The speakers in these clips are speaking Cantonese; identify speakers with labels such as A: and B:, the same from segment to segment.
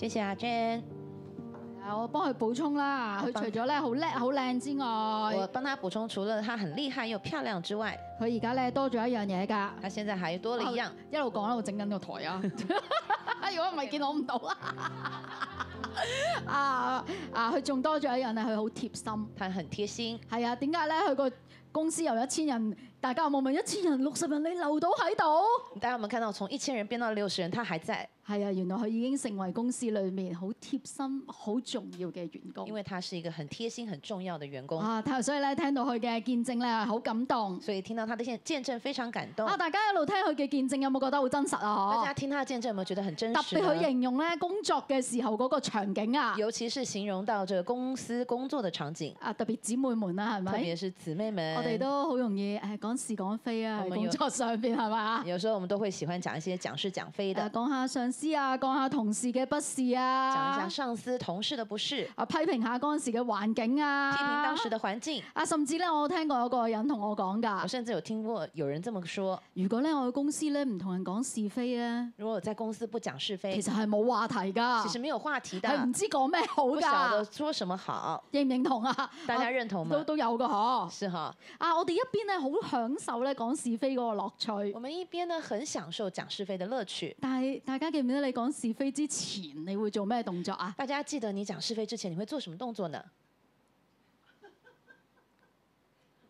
A: 谢谢阿 Jan，
B: 啊，我幫佢補充啦。佢除咗咧好叻好靚之
A: 啊我
B: 外，
A: 帮他补充，除了她很厲害又漂亮之外，
B: 佢而家咧多咗一樣嘢㗎。
A: 她現在還多了一樣，
B: 一路講一路整緊個台啊！ 如果唔係見我唔到啦。 啊啊！佢仲多咗一樣咧，佢好貼心。
A: 她很貼心。
B: 係啊，點解咧？佢個公司又有一千人，大家有冇問一千人六十人你留到喺度？
A: 大家有沒有看到，從一千人變到六十人，她還在，
B: 係啊，原來佢已經成為公司裏面好貼心、好重要嘅員工
A: 因。為她是一個很貼心、很重要的員工，
B: 啊，睇所以咧聽到佢嘅見證咧，好感動。
A: 所以聽到她的見見證非常感動
B: 啊，。大家一路聽佢嘅見證，有冇覺得好真實
A: 哦大
B: 啊？
A: 家聽她的見證有沒有覺得很真
B: 嗬特
A: 實啊
B: 別佢
A: 呢？
B: 形容咧工作嘅時候嗰個場景啊，
A: 尤其是形容到這個公司工作的場景，
B: 啊特別姊妹們啦，係
A: 特
B: 咪？
A: 別是姊妹們，
B: 我哋哎哦都好容易誒講是講非啊，
A: 我
B: 喺
A: 們
B: 工
A: 有
B: 作上邊 係嘛？
A: 有時候我們都會喜歡講一些講是講非的
B: 誒，講下上司啊，講下同事嘅不是
A: 講一下
B: 啊，
A: 上司、同事的不是，批
B: 啊批評下嗰陣時嘅環境啊，
A: 評當時的環境。
B: 啊，甚至咧我聽過有個人同我講
A: 我
B: 㗎，
A: 甚至有聽過有人這麼說：
B: 如果咧我去公司咧唔同人講是非咧，
A: 如果我在公司不講是非
B: 其，啊實係冇話題㗎，
A: 其實沒有話題的，
B: 係唔知講咩好
A: 不曉得
B: 㗎，
A: 說什麼好。
B: 認唔認同啊？
A: 大家認同
B: 都
A: 嗎？
B: 都有個嗬。
A: 是哈，
B: 啊，我哋一邊咧好享受咧講是非嗰個樂趣，
A: 我們一邊呢很享受講是非的樂趣。
B: 但係大家記唔記得你講是非之前你會做咩動作啊？
A: 大家記得你講是非之前你會做什麼動作呢？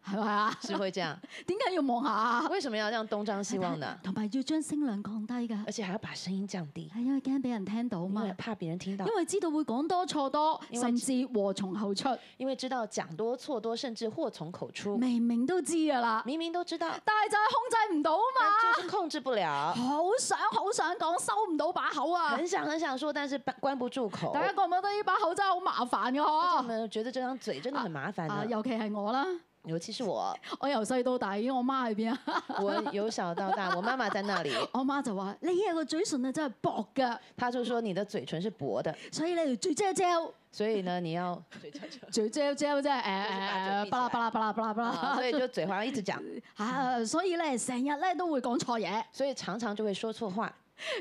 B: 係咪啊？
A: 是會 這樣，
B: 點解要望下啊？
A: 為什麼要讓東張西望 呢？
B: 同埋要將聲量降低㗎，
A: 而且還要把聲音降低，
B: 係因為驚俾人聽到
A: 因
B: 嘛
A: 為。怕別人聽到
B: 因，為知道會講多錯多，
A: 因為
B: 甚至禍從口出，
A: 因為知道講多錯多，甚至禍從口出，
B: 明明都知㗎啦，
A: 明明都知道，
B: 但係就係控制唔到啊
A: 但就是控制不了
B: 嘛，。好想好想講，收唔到把口啊！
A: 很想很想說，但是關關不住口。
B: 大家覺唔覺得呢把口真係好麻煩㗎
A: 我
B: 嗬？
A: 們覺得這張嘴真的很麻煩
B: 啊，
A: 呢，
B: 尤其係我啦，
A: 尤其是我，
B: 我由細到大，我媽喺邊啊？
A: 我由小到大，我媽媽在那裡，
B: 我媽就話：你啊個嘴唇啊真係薄㗎，
A: 她就說你的嘴唇是薄的，
B: 所以你條嘴嚼嚼，
A: 所以呢，你要嘴嚼嚼，
B: 嘴嚼嚼即係誒
A: 把嘴閉
B: 誒巴拉巴拉巴拉巴拉巴
A: 啊 所以
B: 拉，
A: 就嘴滑一直講，
B: 嚇！所以咧成日咧都會講錯嘢，
A: 所以常常就會說錯話。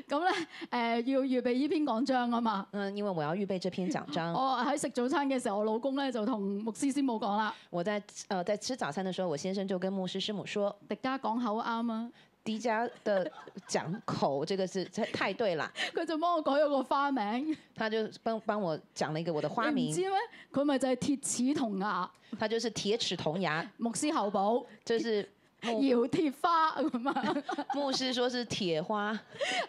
B: 咁咧誒要預備呢篇講章啊嘛。
A: 嗯，因為我要預備這篇講章，
B: 我喺食早餐嘅時候，我老公咧就同牧師師母講啦，
A: 我在呃在吃早餐的時候，我先生就跟牧師師母說。
B: 迪加講口啱啊，
A: 迪迦的講口這個是太太對啦，
B: 佢就幫我改咗個花名，
A: 他就幫幫我講了一個我的花
B: 你唔知
A: 名，
B: 咩？佢咪就係鐵齒銅牙
A: 他就是鐵齒銅牙，
B: 牧師後補
A: 就是牧
B: 姚鐵花咁啊，
A: 牧師說是鐵花，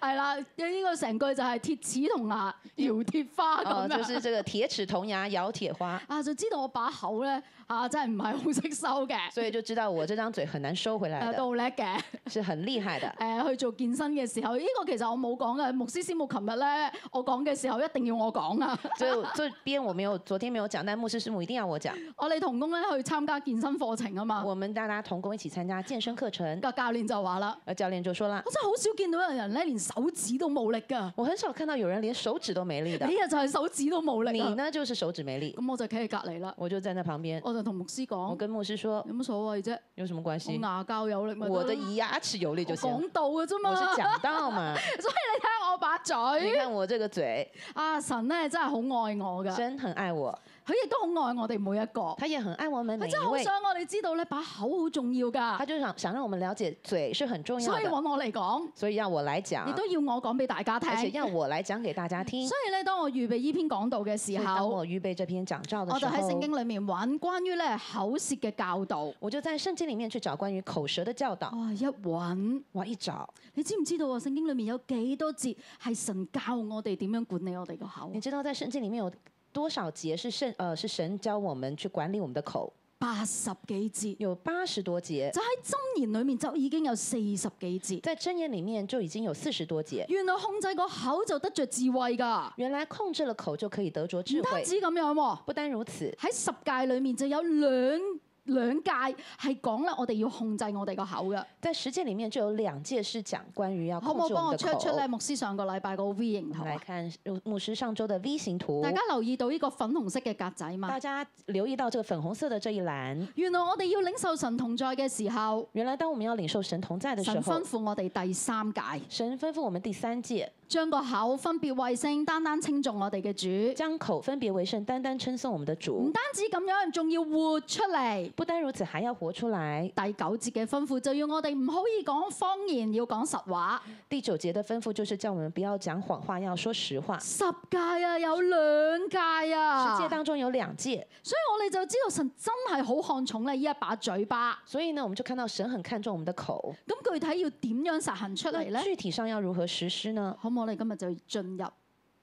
B: 係啦，呢個成句就係鐵齒銅牙姚鐵花
A: 哦，
B: 咁
A: 就
B: 樣。
A: 是這個鐵齒銅牙咬鐵花，
B: 啊，就知道我把口咧啊，真係唔係好識收嘅，
A: 所以就知道我這張嘴很難收 回來
B: 誒
A: 的，
B: 都好叻嘅。
A: 是很厲害的。
B: 誒去做健身嘅時候，呢、個其實我冇講嘅，牧師師母琴日咧，我講嘅時候一定要我講啊。
A: 所以這邊我沒有，昨天沒有講，但牧師師母一定要我講。
B: 我哋童工咧去參加健身課程啊嘛，
A: 我們大家同工一起參加健身課程，呃
B: 個教練就話啦：
A: 而教練就說啦，
B: 我真係好少見到有人咧連手指都冇力㗎，
A: 我很少看到有人連手指都沒力的，
B: 你啊就係手指都冇力
A: 你
B: 啊！
A: 呢就是手指沒力。
B: 咁我就企喺隔離啦，
A: 我就站在旁邊，
B: 我就同牧師
A: 我
B: 講：
A: 跟牧師說
B: 有乜所謂啫？
A: 有什麼關
B: 我
A: 係？
B: 牙教有力咪
A: 我
B: 得
A: 的
B: 咯
A: 牙齒有力就
B: 我
A: 行。
B: 講到嘅啫
A: 我是
B: 嘛，
A: 講到
B: 哦
A: 嘛，
B: 你睇下我把
A: 你
B: 嘴，
A: 看我這個嘴，
B: 啊神咧真係好愛我㗎，
A: 真很愛我，
B: 佢亦都好愛我哋每一個，
A: 他也很愛我們每
B: 佢
A: 一
B: 真係好
A: 位。
B: 想我哋知道咧把口好重要
A: 他
B: 㗎，
A: 就想想让我们了解嘴是很重要啊
B: 所以
A: 的，
B: 揾我嚟講，
A: 所以讓我来
B: 亦
A: 讲，
B: 都要我講俾大家聽
A: 而。且要我来讲给大家听。
B: 所以咧，當我預備呢篇講道嘅時
A: 所以
B: 候
A: 当。我预备这篇讲照的
B: 我
A: 时
B: 就喺
A: 候
B: 聖，經裏面揾關於咧口舌嘅教導。
A: 我就在聖經里面去找關於口舌的教導。
B: 哇！一揾，
A: 我一找，
B: 你知唔知道啊？聖經裏面有幾多節係神教我哋點樣管理我哋個口
A: 你？知道在聖經里面有多少節是聖呃是神教我們去管理我們的口？
B: 八十幾節，
A: 有八十多節，
B: 就喺箴言裏面就已經有四十幾節。
A: 在箴言里面就已經有四十多節。
B: 原來控制個口就得着智慧㗎，
A: 原來控制了口就可以得着
B: 唔
A: 智
B: 單
A: 慧。
B: 止咁樣喎。
A: 不單如此，
B: 喺十戒裏面就有兩兩戒係講啦，我哋要控制我哋個口嘅。
A: 在實踐里面就有兩屆是講關於要
B: 可
A: 啊控
B: 唔可以
A: 制
B: 幫
A: 我
B: 我
A: 們
B: 出
A: 的
B: 一出咧？
A: 口。
B: 牧師上個禮拜個 V 型
A: 我
B: 圖
A: 們來
B: 啊，
A: 看呃牧師上周的 V 型圖
B: 大。家留意到呢個粉紅色嘅格仔嘛？
A: 大家留意到這個粉紅色的這一欄，
B: 原來我哋要領受神同在嘅時候，
A: 原來當我們要領受神同在的時
B: 神
A: 候
B: 吩，咐我哋第三戒，
A: 神吩咐我們第三戒，
B: 將個口分別為聖，單單稱重我哋嘅主。
A: 将口分别为圣，单单称颂我们的
B: 唔
A: 主。
B: 單止咁樣，仲要活出嚟。
A: 不单如此，还要活出来。
B: 第九節嘅吩咐就要我哋唔可以講方言，要講實話。
A: 第九节的吩咐就是叫我们不要讲谎话，要说实话。
B: 十戒啊，有兩戒啊，
A: 十诫当中有两戒，
B: 所以我哋就知道神真係好看重咧呢一把嘴巴。
A: 所以呢，我们就看到神很看重我们的口。
B: 咁具體要點樣實行出嚟呢
A: 那？具体上要如何实施呢？
B: 可唔可以我哋今日就進入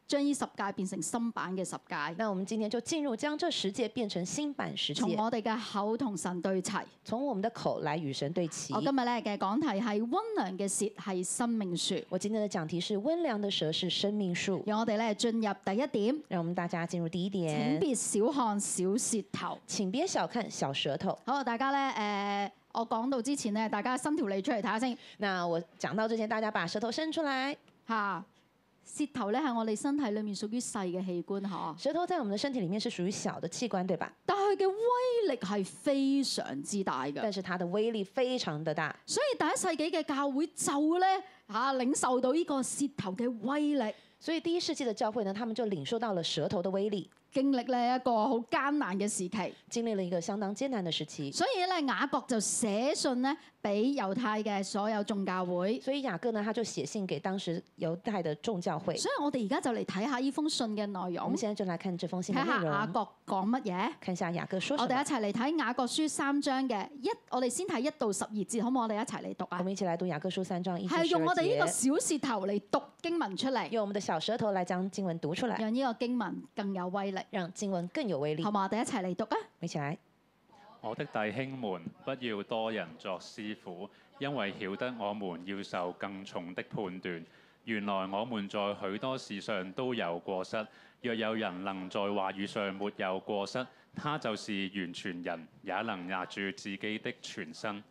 B: 將呢十戒變成新版嘅十戒，
A: 那我们今天就進入將這十戒變成新版十
B: 從
A: 戒，
B: 我哋嘅口同神對齊。
A: 從我們的口來與神對齊
B: 我。今日咧嘅講題係温良嘅舌係生命樹，
A: 我今天的講題是温良的舌是生命樹，
B: 讓我哋咧進入第一點，
A: 讓我們大家進入第一
B: 請
A: 點，
B: 別小看小舌頭。
A: 請別小看小舌頭。
B: 好，大家咧誒、呃我講到之前咧，大家伸條脷出嚟睇下先
A: 那我講到之前，大家把舌頭伸出來，
B: 嚇。舌頭咧係我哋身體裏面屬於細嘅器官嗬，
A: 舌頭在我們的身體裡面是屬於小的器官，對吧？
B: 但佢嘅威力係非常之大嘅。
A: 但是它的威力非常的大，
B: 所以第一世紀嘅教會就咧嚇、領受到呢個舌頭嘅威力，
A: 所以第一世紀的教會呢，他們就領受到了舌頭的威力，
B: 經歷咧一個好艱難嘅時期。
A: 經歷了一個相當艱難的時期。
B: 所以咧，雅各就寫信咧俾猶太嘅所有眾教會。
A: 所以雅各呢，他就寫信給當時猶太的眾教會。
B: 所以我哋而家就嚟睇下呢封信嘅內
A: 我
B: 容
A: 們，現在就來看這封
B: 睇
A: 信的
B: 下啊
A: 內
B: 雅
A: 容。
B: 各講乜嘢。
A: 看一下雅各说什
B: 我哋
A: 么。
B: 一齊嚟睇雅各書三章嘅一，我哋先睇一到十二節，好唔好？我哋一齊嚟讀
A: 我
B: 啊！
A: 们一起来读雅各书三章一至
B: 係
A: 十
B: 用我
A: 二
B: 哋呢個
A: 节，
B: 小舌頭嚟讀經文出嚟，
A: 用我們的小舌頭來將經文讀出來，
B: 讓呢個經文更有威力，
A: 讓經文更有威力。
B: 好
A: 我
B: 嘛？我哋一齊嚟讀啊！
A: 们一起來，
C: 我的弟兄們，不要多人作師傅，因為曉得我們要受更重的判斷。原來我們在許多事上都有過失。若有人能在話語上沒有過失，他就是完全人，也能壓住自己的全身。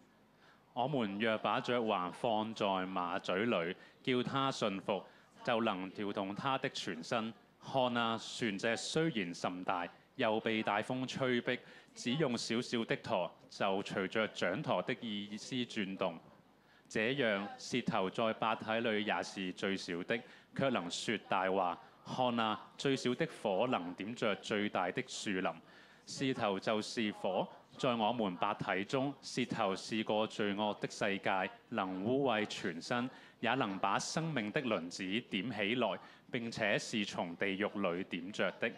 C: 我們若把雀環放在馬嘴裏，叫它信服，就能調動它的全身。看啊，船隻雖然甚大，又被大風吹逼，只用小小的舵就隨着掌舵的意思轉動。這樣舌頭在八體裏也是最小的，卻能說大話。看啊，最小的火能點着最大的樹林。舌頭就是火，在我們八體中，舌頭是個罪惡的世界，能污穢全身，也能把生命的輪子點起來，並且是從地獄裏點着的。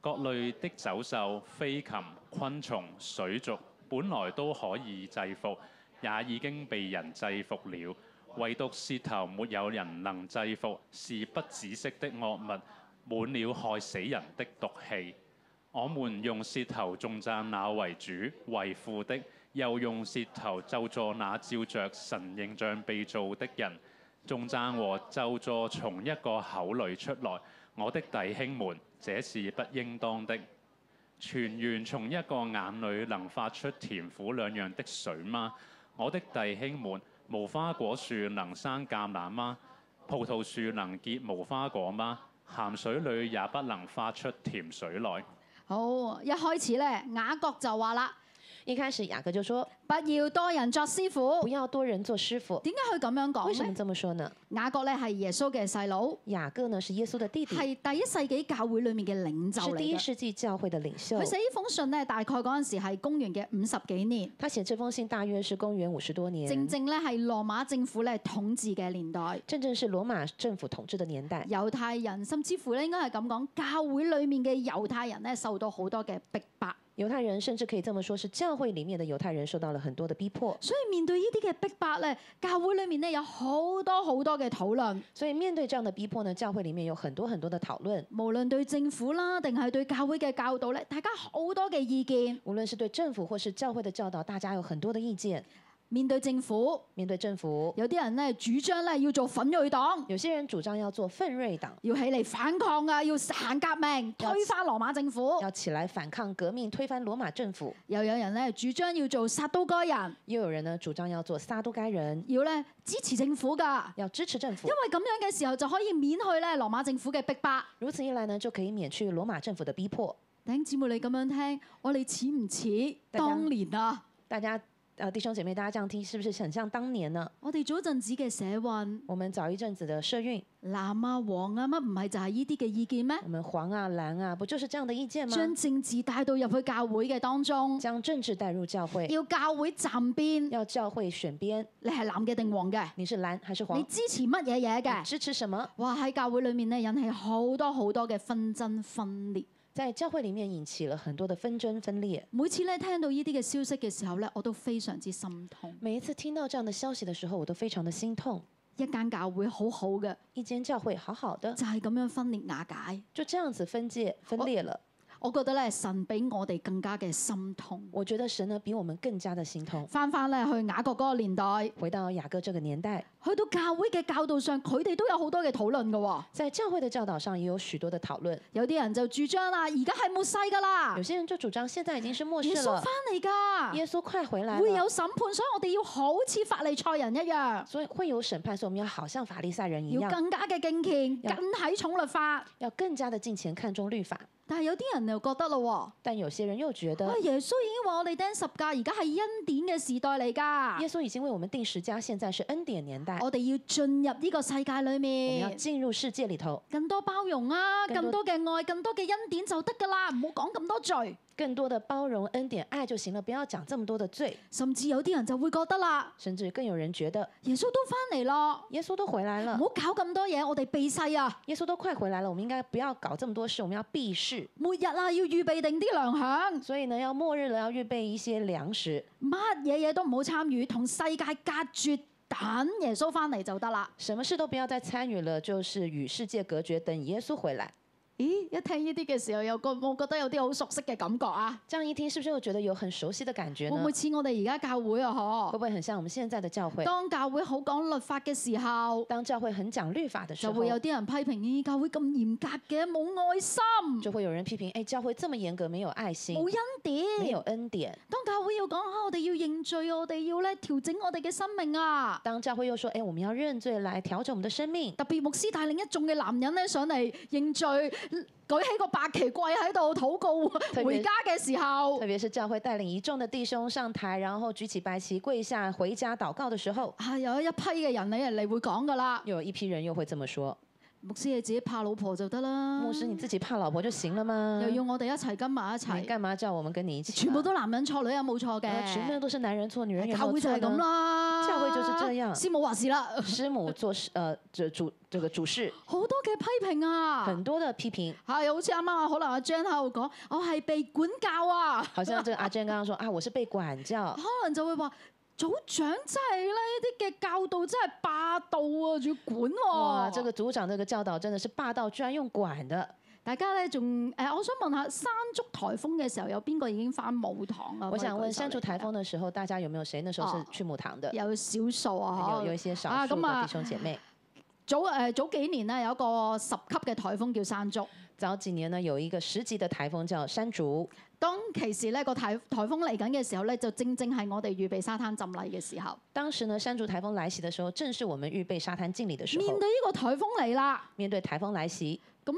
C: 各類的走獸、飛禽、昆蟲、水族，本來都可以制服，也已經被人制服了。唯獨舌頭沒有人能制服，是不止息的惡物，滿了害死人的毒氣。我們用舌頭頌讚那為主為父的，又用舌頭咒詛那照着神形象被造的人。頌讚和咒詛從一個口裏出來。我的弟兄們，這是不應當的。泉源從一個眼裏能發出甜苦兩樣的水嗎？我的弟兄們，無花果樹能生橄欖嗎？葡萄樹能結無花果嗎？鹹水裏也不能發出甜水來。
B: 好，一開始咧，雅各就話啦：
A: 一開始雅各就說
B: 不要多人作師：“
A: 不
B: 傅。
A: 要多人做師傅。
B: 點解佢咁樣”
A: 為什
B: 講
A: 麼
B: 呢？
A: 這麼說呢？
B: 雅各咧係耶穌嘅細佬，
A: 雅各呢是耶穌的弟弟，
B: 係第一世紀教會裡面嘅領袖
A: 嗯是
B: 嚟
A: 第一
B: 嘅。
A: 世紀教會的領袖
B: 佢。寫呢封信咧，大概嗰陣時係公元嘅五十幾年。
A: 他寫這封信大約是公元五十多年，
B: 正正咧係羅馬政府咧統治嘅年代，
A: 正正是羅馬政府統治的年代。
B: 猶太人甚至乎咧應該係咁講，教會裡面嘅猶太人咧受到好多嘅逼迫，
A: 猶太人甚至可以這麼說，是教會裡面的猶太人受到了很多的逼迫。
B: 所以面對呢啲嘅逼迫咧，教會裡面咧有好多好多嘅討論，
A: 所以面對這樣的逼迫呢，教會裡面有很多很多的討論，
B: 無論對政府啦，定係對教會嘅教導咧，大家好多嘅意見。
A: 無論是對政府或是教會的教導，大家有很多的意見。
B: 面對政府，
A: 面對政府，
B: 有啲人咧主張咧要做奮鋭黨，
A: 有些人主張要做奮锐黨，
B: 要起嚟反抗啊，要行革命，
A: 有
B: 推翻羅馬政府；
A: 要起來反抗革命，推翻羅馬政府；
B: 又有人咧主張要做撒都該人，
A: 又有人呢主張要做撒都該人，
B: 要咧支持政府㗎。
A: 要支持政府
B: 因。為咁樣嘅時候就可以免去咧羅馬政府嘅逼迫。
A: 如此一來呢，就可以免去羅馬政府的逼迫。
B: 弟兄姊妹，你咁樣聽，我哋似唔似
A: 大家
B: 當年啊？
A: 大家呃弟兄姐妹，大家这样听是不是很像当年呢？
B: 我哋早陣子嘅社運、
A: 我們早一陣子的社運，
B: 藍啊、黃啊乜唔係就係呢啲嘅意見咩？
A: 我們黃啊藍啊，不就是這樣的意見
B: 將
A: 嗎？
B: 政治帶到入去教會嘅當中，
A: 將政治帶入教會，
B: 要教會站邊，
A: 要教會選邊，
B: 你係藍嘅定黃嘅，
A: 你是藍還是黃
B: 你？支持乜嘢嘢
A: 你
B: 嘅？
A: 支持什么？
B: 哇！喺教會裏面咧，引起好多好多嘅紛爭分裂。
A: 在教會裡面引起了很多的紛爭分裂。
B: 每次咧聽到呢啲嘅消息嘅時候咧，我都非常之心痛。
A: 每一次聽到這樣的消息的時候，我都非常的心痛。
B: 一間教會好好嘅，
A: 一間教會好好的，
B: 就係、咁樣分裂瓦解。
A: 就這樣子分界分裂了。
B: 我覺得咧，神比我哋更加嘅心痛。
A: 我覺得神呢比我們更加的心痛。
B: 翻翻咧去雅各嗰個年代，
A: 回到雅各這個年代，
B: 去到教會嘅教導上，佢哋都有好多嘅討論嘅喎。
A: 在教會的教導上也有許多的討論。
B: 有啲人就主張啦，而家係末世㗎啦
A: 有，些人就主張現在已經是末世
B: 耶穌
A: 了
B: 翻，嚟㗎，
A: 耶穌快回來
B: 會有
A: 了，
B: 審判，所以我哋要好似法利賽人一樣，
A: 所以會有審判，所以我們要好像法利賽人嗯一
B: 要
A: 樣，
B: 更加嘅敬虔，
A: 有
B: 緊喺重律法。
A: 要更加的敬虔看重律法。
B: 但係有啲人又覺得咯
A: 但有些人又覺
B: 喎，
A: 得
B: 啊，耶穌已經話我哋釘十架，而家係恩典嘅時代嚟
A: 耶
B: 㗎，
A: 穌已經為我們定十架，現在是恩典年代，我
B: 我哋要進入呢個世界裏
A: 們要
B: 面。
A: 進入世界裡頭，
B: 更多包容啊，
A: 更
B: 更
A: 多
B: 多嘅愛，更多嘅恩典就得㗎啦，唔好講咁多罪。
A: 更多的包容、恩典、愛就行了，不要講這麼多的罪。
B: 甚至有啲人就會覺得啦，
A: 甚至更有人覺得
B: 耶穌都翻嚟咯，
A: 耶穌都回來
B: 唔
A: 了，
B: 好搞咁多嘢，我哋避世啊，
A: 耶穌都快回來了，我們應該不要搞這麼多事，我們要避世。
B: 末日啦，要預備定啲糧餉，
A: 所以呢，要末日了，要預備一些糧食，
B: 乜嘢嘢都唔好參與，同世界隔絕，等耶穌翻嚟就得啦。
A: 什麼事都不要再參與了，就是與世界隔絕，等耶穌回來。
B: 咦，一聽呢啲嘅時候，有個我覺得有啲好熟悉嘅感覺啊，
A: 這樣一聽，是不是又覺得有很熟悉的感覺
B: 會
A: 呢？
B: 唔會似我哋而家教會啊？
A: 會
B: 嗬，
A: 不會很像我們現在的教會？
B: 當教會好講律法嘅時候，
A: 當教會很講律法的時
B: 就
A: 候，
B: 會有啲人批評咦，教會咁嚴格嘅，冇愛心，
A: 就會有人批評：哎，教會這麼嚴格，沒有愛心，
B: 冇恩
A: 沒
B: 典
A: 有。恩典。
B: 當教會要講啊，我哋要認罪啊，我哋要咧調整我哋嘅生命啊。
A: 當教會又說：哎，我們要認罪來調整我們的生命。
B: 特別牧師帶領一眾嘅男人咧上嚟認罪，舉起個白旗跪喺度禱告
A: 別
B: 回家嘅時候
A: 特，別是教會帶領一眾的弟兄上台，然後舉起白旗跪下回家禱告的時候，
B: 啊有一批嘅人咧嚟會講噶啦，
A: 又有一批人又會這麼說：
B: 牧師你自己怕老婆就得啦，
A: 牧師，你自己怕老婆就行了嘛，
B: 又要我哋一齊跟埋一
A: 你
B: 齊，
A: 幹嘛叫我們跟你一起啊？
B: 全部都哎男人錯，女人冇錯
A: 呃全部
B: 嘅，
A: 都是男人錯，女人有沒
B: 教
A: 有
B: 會就係
A: 錯
B: 咁
A: 呢？
B: 啦，
A: 教會就是這樣
B: 師母話事啦，
A: 師母做事，呃，这主这个主事，
B: 好多嘅批評 啊，
A: 很多的批評，
B: 係好似啱啱啊可能阿 Jan 喺度講，我係被管教啊。
A: 好像這個阿珍剛剛說啊，我是被管教，
B: 可能就會話組長真係咧呢啲嘅教導真係霸道啊，仲要管喎、
A: 哇，
B: 哦
A: 這個組長這個教導真的是霸道，居然用管的。
B: 大家咧仲呃誒，我想問下山竹颱風嘅時候有邊個已經翻母堂啊？
A: 我想
B: 可以
A: 問，
B: 舉手
A: 删除
B: 嚟睇
A: 台風的時候，大家有沒有誰那時候是
B: 哦
A: 去母堂的？
B: 有少數啊，
A: 有有一
B: 嗬
A: 些少
B: 啊
A: 數
B: 咁
A: 的
B: 啊
A: 弟兄姐妹。
B: 早誒、早幾年咧有一個十級嘅颱風叫山竹，
A: 早幾年呢，有一個十級的颱風叫山竹，
B: 當其時咧個颱颱風嚟緊嘅時候咧，就正正係我哋預備沙灘浸禮嘅時候，
A: 當時呢，山竹颱風來襲的時候，正是我們預備沙灘敬禮的時
B: 面
A: 候。
B: 對呢個颱風嚟啦，
A: 面對颱風來襲，
B: 咁。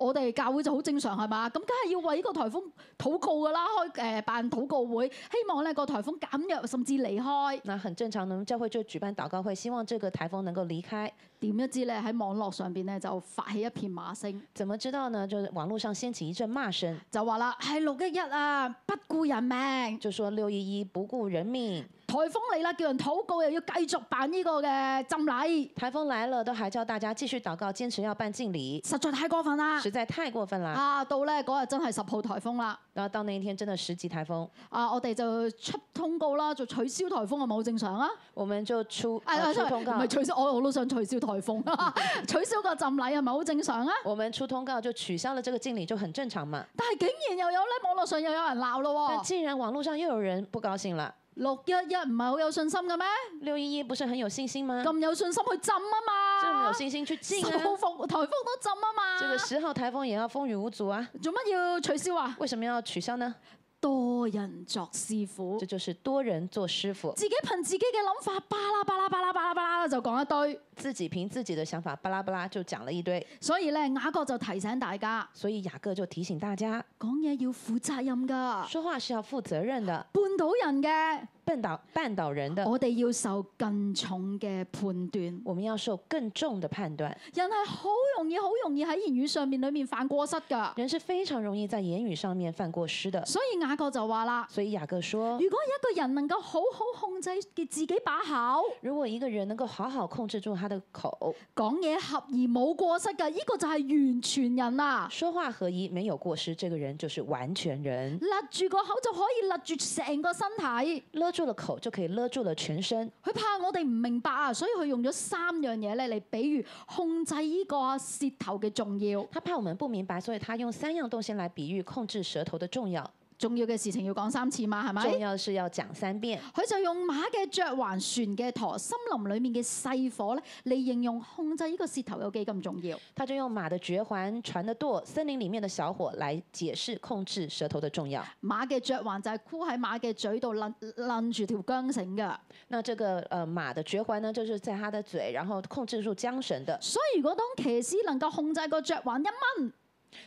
B: 我哋教會就好正常係嘛？咁梗係要為呢個颱風禱告㗎啦，開誒、呃、辦禱告會，希望咧個颱風減弱甚至離開。
A: 那很正常呢，教會就舉辦禱告會，希望這個颱風能夠離開。
B: 點一知咧喺網絡上邊咧就發起一片罵聲，
A: 怎麼知道呢？就是網絡上掀起一陣罵聲，
B: 就話啦係六一一啊，不顧人命，
A: 就說六一一不顧人命，
B: 颱風嚟啦，叫人禱告又要繼續辦呢個嘅浸禮，
A: 颱風來了都還叫大家繼續禱告，堅持要辦敬禮，
B: 實在太過分啦！
A: 實在太過分啦。
B: 啊，到咧嗰日真係十號颱風啦，
A: 然後到那一天真的十級颱風，
B: 啊，我哋就出通告啦，就取消颱風係咪好正常啊？
A: 我們就出
B: 啊
A: 呃出
B: ，sorry，
A: 通
B: 唔係
A: 告，
B: 取消，哦我我都想取消颱 風，取消個浸禮係咪好正常啊？
A: 我們出通告就取消了這個敬禮，就很正常嘛。
B: 但係竟然又有咧網絡上又有人鬧咯
A: 但
B: 喎，
A: 既然網絡上又有人不高興了，
B: 六一一唔係好有信心嘅咩？
A: 六一一不是很有信心嗎？
B: 咁有信心去浸啊
A: 這麼
B: 嘛
A: 有，信心去敬
B: 受
A: 啊！
B: 風颱風都浸啊
A: 這個
B: 嘛，
A: 十號颱風也要風雨無阻啊！
B: 做乜要取消啊？
A: 為什麼要取消呢？
B: 多人作師傅
A: 這，就是多人做師傅，
B: 自己憑自己嘅諗法，巴拉巴拉巴拉巴拉巴拉就講一堆，
A: 自己凭自己的想法巴拉巴拉就讲了一堆，
B: 所以咧，雅各就提醒大家
A: 所以雅各就提醒大家，
B: 講嘢要負責任㗎，
A: 说话是要负责任的，
B: 半島人嘅，
A: 绊倒绊倒人的，
B: 我哋要受更重嘅判斷。
A: 我们要受更重的判断。
B: 人係好容易、好容易喺言語上面裏面犯過失㗎，
A: 人是非常容易在言语上面犯过失的，
B: 所以雅各就話啦：，
A: 所以雅各说，
B: 如果一個人能夠好好控制自己把口，
A: 如果一个人能够好好控制住他的口，
B: 講嘢合而冇過失㗎，呢、個就係完全人啊！
A: 说话合一，没有过失，这个人就是完全人。
B: 勒住個口就可以勒住成個身體。
A: 勒住了口就可以勒住了全身。
B: 佢怕我哋唔明白啊，所以佢用咗三樣嘢咧嚟比喻控制呢個舌頭嘅重要。
A: 他怕我们不明白，所以他用三样东西来比喻控制舌头的重要。
B: 重要嘅事情要講三次嘛，係
A: 重
B: 咪？
A: 要的是要讲三遍。
B: 佢就用馬嘅雀環、船嘅舵、森林裡面嘅細火咧，嚟形容控制呢個舌頭有幾咁重要。
A: 他就用马的绝环、船的舵、森林里面的小火来解释控制舌头的重要。
B: 馬嘅雀環就係箍喺馬嘅嘴度攆攆住條缰繩嘅，
A: 那这个呃马的绝环呢，就是在他的嘴，然后控制住缰绳的。
B: 所以如果當騎師能夠控制個雀環一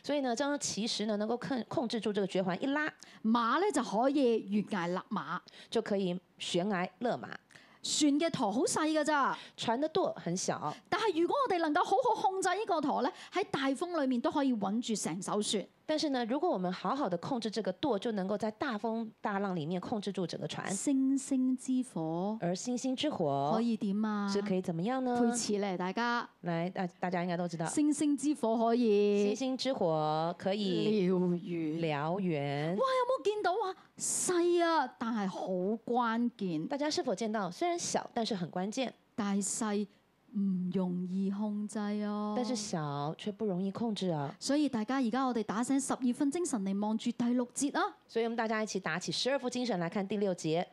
A: 所以呢，这样其实呢能够控控制住这个绝环，一拉
B: 蚊，馬咧就可以越崖勒馬。
A: 就可以悬崖勒马。
B: 船嘅舵好細㗎咋。
A: 船的舵很小，
B: 但係如果我哋能夠好好控制呢個舵咧，喺大風裏面都可以穩住成艘船。
A: 但是呢，如果我们好好的控制这个舵，就能够在大风大浪里面控制住整个船。
B: 星星之火
A: 而星星之
B: 可
A: 火
B: 以點啊？
A: 是可以怎么样呢？
B: 配詞咧，大家
A: 来，大大家应该都知道，
B: 星星之火可
A: 啊星
B: 以
A: 星之火可以
B: 療愈。
A: 燎原。
B: 哇！有冇見到啊？細啊，但係好關鍵，
A: 大家是否見到？雖然小，但是很關鍵，
B: 但係細唔容易控制啊。
A: 但是小却不容易控制啊。
B: 所以大家而家我哋打醒十二分精神嚟望住第六節啊啦。
A: 所以我们大家一起打起十二副精神来看第六節。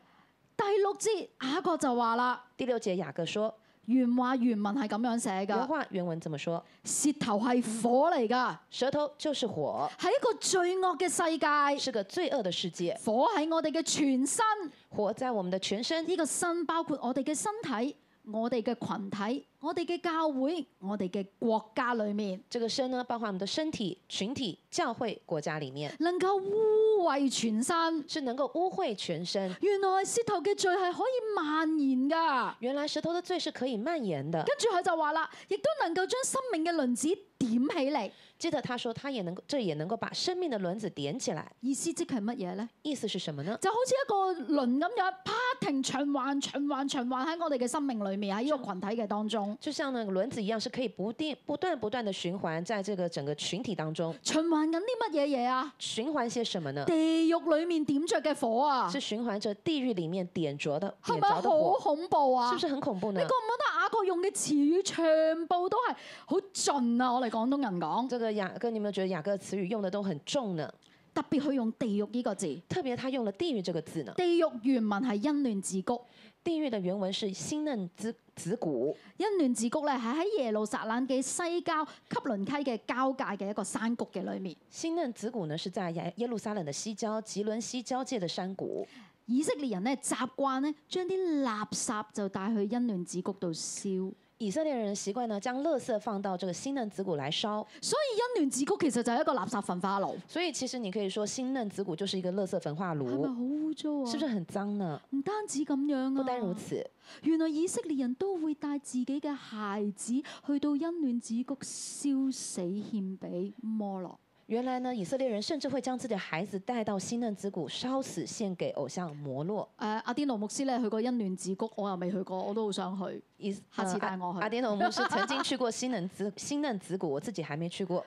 B: 第六節雅各就話啦，
A: 第六節雅各說，
B: 原話原文係咁樣寫
A: 原
B: 㗎。
A: 話原文怎么说？
B: 舌頭係火嚟㗎，
A: 舌頭就是火，
B: 係一個罪惡嘅世界。
A: 是個罪惡的世界。
B: 火喺我哋嘅全身，
A: 火在我們的全身，
B: 呢、個身包括我哋嘅身體、我哋嘅群體、我哋嘅教會、我哋嘅國家裏面，
A: 這個身呢，包括我們的身體、群體、教會、國家里面，
B: 能夠污穢全身。
A: 是能夠污穢全身。
B: 原來舌頭嘅罪係可以蔓延㗎。
A: 原來舌頭的罪是可以蔓延的。
B: 跟住佢就話啦，亦都能夠將生命嘅輪子點起嚟。
A: 接着他說，他也能夠，這也能夠把生命的輪子點起來。
B: 意思即係乜嘢呢？
A: 意思是什麼呢？
B: 就好似一個輪咁樣，不停循環、循環、循環喺我哋嘅生命裏面，喺呢個群體嘅當中。
A: 就像那個輪子一樣，是可以不定、不斷、不斷的循環在這個整個群體當中，
B: 循環緊啲乜嘢嘢啊？
A: 循環些什麼呢？
B: 地獄裡面點着嘅火啊，
A: 呃是循環着地獄裡面點着的、
B: 係
A: 點
B: 咪
A: 着的
B: 好
A: 火，
B: 恐怖
A: 是不
B: 啊？你覺
A: 是很恐怖呢？
B: 唔覺得雅各用嘅詞語全部都係好盡啊？我哋廣東人講，
A: 這個雅哥，你有沒有覺得雅各詞語用的都很重呢？
B: 特別佢用地獄呢個字。
A: 特別他用了“地獄”這個字呢。
B: 地獄原文係欣嫩子谷，
A: 地獄的原文是新嫩子子谷，
B: 欣嫩子谷咧係喺耶路撒冷嘅西郊吸倫溪嘅交界嘅一個山谷嘅裏面。
A: 新嫩子谷呢是在耶耶路撒冷的西郊、吉伦西交界的山谷。
B: 以色列人咧習慣咧將啲垃圾就帶去欣嫩子谷度燒，
A: 以色列人的習慣呢，將垃圾放到這個新嫩子谷來燒，
B: 所以欣嫩子谷其實就係一個垃圾焚化爐，
A: 所以其實你可以說新嫩子谷就是一個垃圾焚化
B: 係咪
A: 爐，
B: 好污糟啊？
A: 是不是很髒呢？
B: 唔單止咁樣啊，
A: 不單如此，
B: 原來以色列人都會帶自己嘅孩子去到欣嫩子谷燒死獻俾摩洛。
A: 原來呢，以色列人甚至會將自己的孩子帶到新嫩子谷燒死，獻給偶像摩洛。
B: 誒、阿甸奴牧師咧去過欣嫩子谷，我又未去過，我都好想去。
A: 以
B: 下次
A: 呃
B: 帶
A: 阿
B: 我去
A: 阿典奴牧師曾經去過新嫩子新嫩子谷，我自己還沒去過。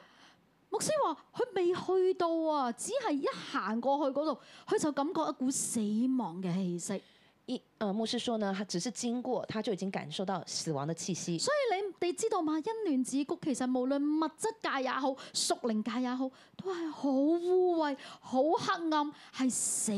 B: 牧師話：佢未去到啊，只係一行過去嗰度，佢就感覺一股死亡嘅氣息。
A: 一呃，牧師說呢，他只是經過，他就已經感受到死亡的氣息。
B: 所以你哋知道嘛？欣嫩子谷其實無論物質界也好，屬靈界也好，都係好污穢、好黑暗，係死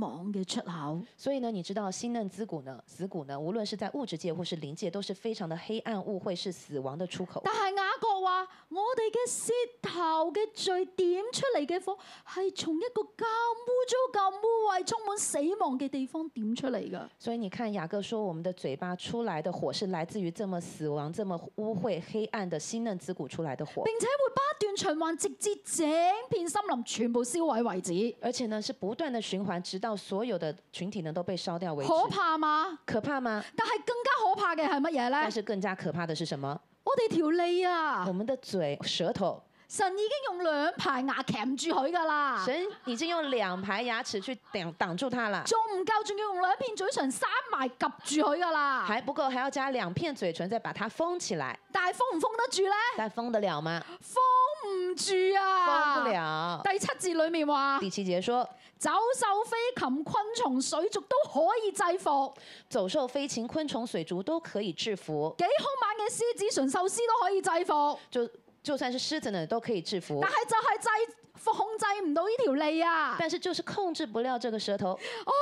B: 亡嘅出口。
A: 所以呢，你知道新嫩子谷呢，子谷呢，無論是在物質界或是靈界，都是非常的黑暗、污秽，是死亡的出口。
B: 但係雅各話：話我哋嘅舌頭嘅罪點出嚟嘅火，係從一個咁污糟、咁污穢、充滿死亡嘅地方點出嚟㗎。
A: 所以你看，雅各说我们的嘴巴出来的火是来自于这么死亡、这么污秽、黑暗的新嫩子谷出来的火，
B: 並且會不斷循環，直至整片森林全部燒毀為止。
A: 而且呢是不断的循环，直到所有的群体呢都被烧掉为止。
B: 可怕嘛？
A: 可怕吗？
B: 但係更加可怕嘅係乜嘢
A: 但嗯
B: 呢？
A: 是更加可怕的是什么？
B: 我哋條脷
A: 我
B: 啊，
A: 们的嘴、舌头，
B: 神已經用兩排牙鉗住佢㗎啦，
A: 神已经用两排牙齿去挡挡住它了，
B: 仲唔夠，仲要用兩片嘴唇閂埋及住佢㗎啦。
A: 还不够，还要加两片嘴唇再把它封起来。
B: 但係封唔封得住呢？
A: 但封得了吗？
B: 封唔住啊！
A: 封不。了。
B: 第七節裡面話，
A: 第七节说，
B: 走獸、飛禽、昆蟲、水族都可以制服，
A: 走兽、飞禽、昆虫、水族都可以制服，
B: 幾兇猛嘅獅子、純獸師都可以制服。
A: 就就算是狮子呢都可以制服
B: 但，係就係制服控制唔到呢條脷啊！
A: 但是就是控制不了这个舌 头
B: 哦，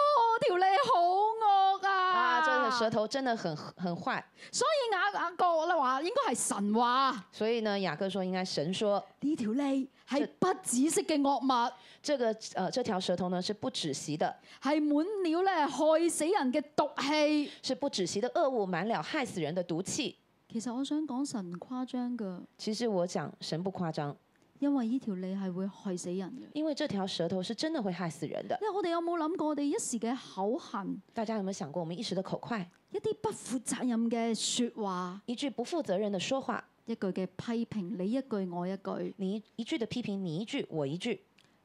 B: 條脷好惡啊！
A: 啊，这个舌頭真的很很坏。
B: 所以雅雅各咧話應該係神話，
A: 所以呢，雅各说應該神说
B: 呢條脷係不紫色嘅惡物，
A: 这个呃这条舌头呢是不止息的，
B: 係滿了咧害死人嘅毒氣。
A: 是不止息的恶物，满了害死人的毒气。
B: 其實我想講神唔誇張㗎，
A: 其实我讲神不夸张，
B: 因為呢條脷係會害死人嘅。
A: 因为这条舌头是真的会害死人的。
B: 因為我哋有冇諗過，我哋一時嘅口痕，
A: 大家有没有想过，我们一时的口快，
B: 一啲不負責任嘅説話，
A: 一句不负责任的说话，
B: 一句嘅批評，你一句我一句，
A: 你一一句的批评，你一句我一句，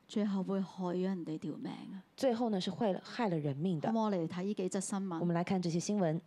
B: 最後會害咗人哋條命啊！
A: 最后呢是坏了害了人命的
B: 咁。我嚟睇呢幾則新
A: 我
B: 聞，
A: 们来看这些新闻，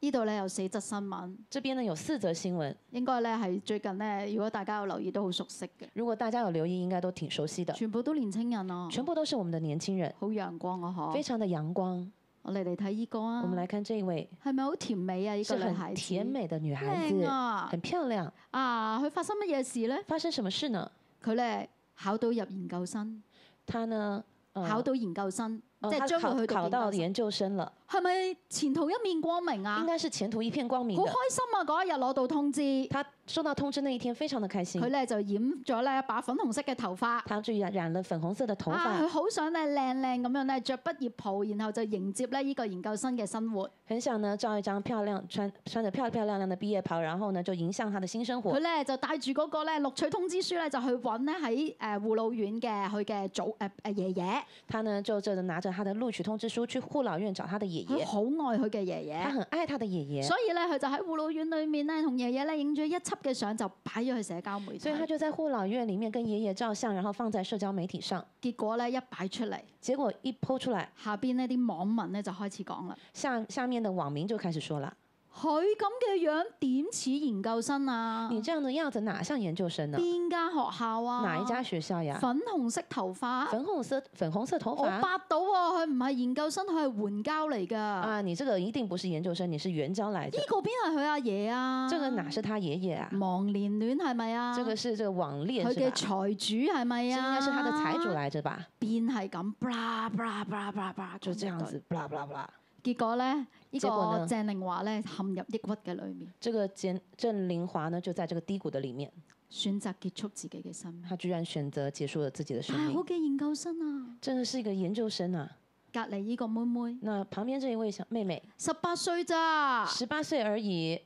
B: 呢度咧有四則新聞，
A: 这边呢有四则新闻，
B: 應該咧係最近咧，如果大家有留意都好熟悉嘅，
A: 如果大家有留意，应该都挺熟悉的，
B: 全部都年青人啊，
A: 全部都是我们的年轻人，
B: 好陽光啊！
A: 非
B: 嗬，
A: 常的阳光。
B: 我哋嚟睇呢個啊
A: 我，们来看这一位
B: 係咪好甜美啊？呢
A: 是
B: 個女孩
A: 很
B: 子，
A: 甜美的女孩
B: 靚
A: 子，
B: 啊！
A: 很漂亮。
B: 啊，佢發生乜嘢事咧？
A: 发生什么事呢？
B: 佢咧考到入研究生，
A: 她呢？呃
B: 考到研究生，即
A: 呃
B: 係
A: 她
B: 將
A: 考
B: 佢去
A: 考
B: 到
A: 到
B: 研究
A: 研究生了，
B: 生，係咪前途一面光明啊
A: 应？该是前途一片光明
B: 好
A: 的。
B: 開心啊！嗰一日攞到通知，
A: 她收到通知那一天非常的开心
B: 佢，咧就染咗咧一把粉紅色嘅頭髮。
A: 她居然染了粉红色的头
B: 啊！佢
A: 发，
B: 好想咧靚靚咁樣咧着畢業袍，然後就迎接咧呢個研究生嘅生活。
A: 很想呢照一张漂亮穿穿着漂漂亮亮的毕业袍，然后呢就迎向她的新生
B: 佢
A: 活。
B: 咧就帶住嗰個咧錄取通知書咧，就去揾咧喺誒護老院嘅佢嘅祖誒誒爺爺，
A: 她呢就这拿着她的录取通知书去護老院找她的爷
B: 佢
A: 爷，
B: 好愛佢嘅爺
A: 她
B: 爺，
A: 很爱她的爷爷，
B: 所以咧佢就喺護老院裏面咧同爺爺咧影咗一輯嘅相，就擺咗去社交媒體
A: 所以。她就在護老院里面跟爷爷照相，然後放在社交媒体上。
B: 結果咧一擺出嚟，
A: 结果一剖出来，
B: 下邊呢啲網民咧就開始講啦：
A: 下下面的網民就开始说了：“
B: 佢咁嘅樣點似研究生啊？
A: 你這樣的樣子哪像研究生呢？
B: 邊間學校啊？
A: 哪一家學校呀？
B: 粉紅色頭髮？
A: 粉紅色粉紅色頭
B: 我
A: 髮
B: 八到喎，佢唔係研究生，佢係援交嚟㗎。呢
A: 啊！你這個一定不是研究生，你是援交來的。
B: 個邊係佢阿爺啊？
A: 這個哪是他爺爺啊？
B: 忘年戀係咪啊？
A: 這個是這個網戀
B: 佢
A: 是
B: 嘅
A: 吧？
B: 財主係
A: 這
B: 咪
A: 應
B: 啊？
A: 該是他的財主，來着吧？
B: 邊係咁，bla bla bla bla bla，
A: 就這樣
B: 一
A: 子，blah blah blah。
B: 堆。結果咧，呢個
A: 結果呢
B: 鄭玲華咧陷入抑鬱嘅裏面，
A: 這個簡鄭林華呢，就在這個低谷的裡面，
B: 選擇結束自己嘅生命。
A: 他居然選擇結束了自己的生
B: 但係好
A: 命。
B: 嘅研究生啊，
A: 真的是一個研究生啊！
B: 隔離呢個妹妹
A: 那旁邊這一位小妹妹，
B: 十八歲咋，
A: 十八歲而已，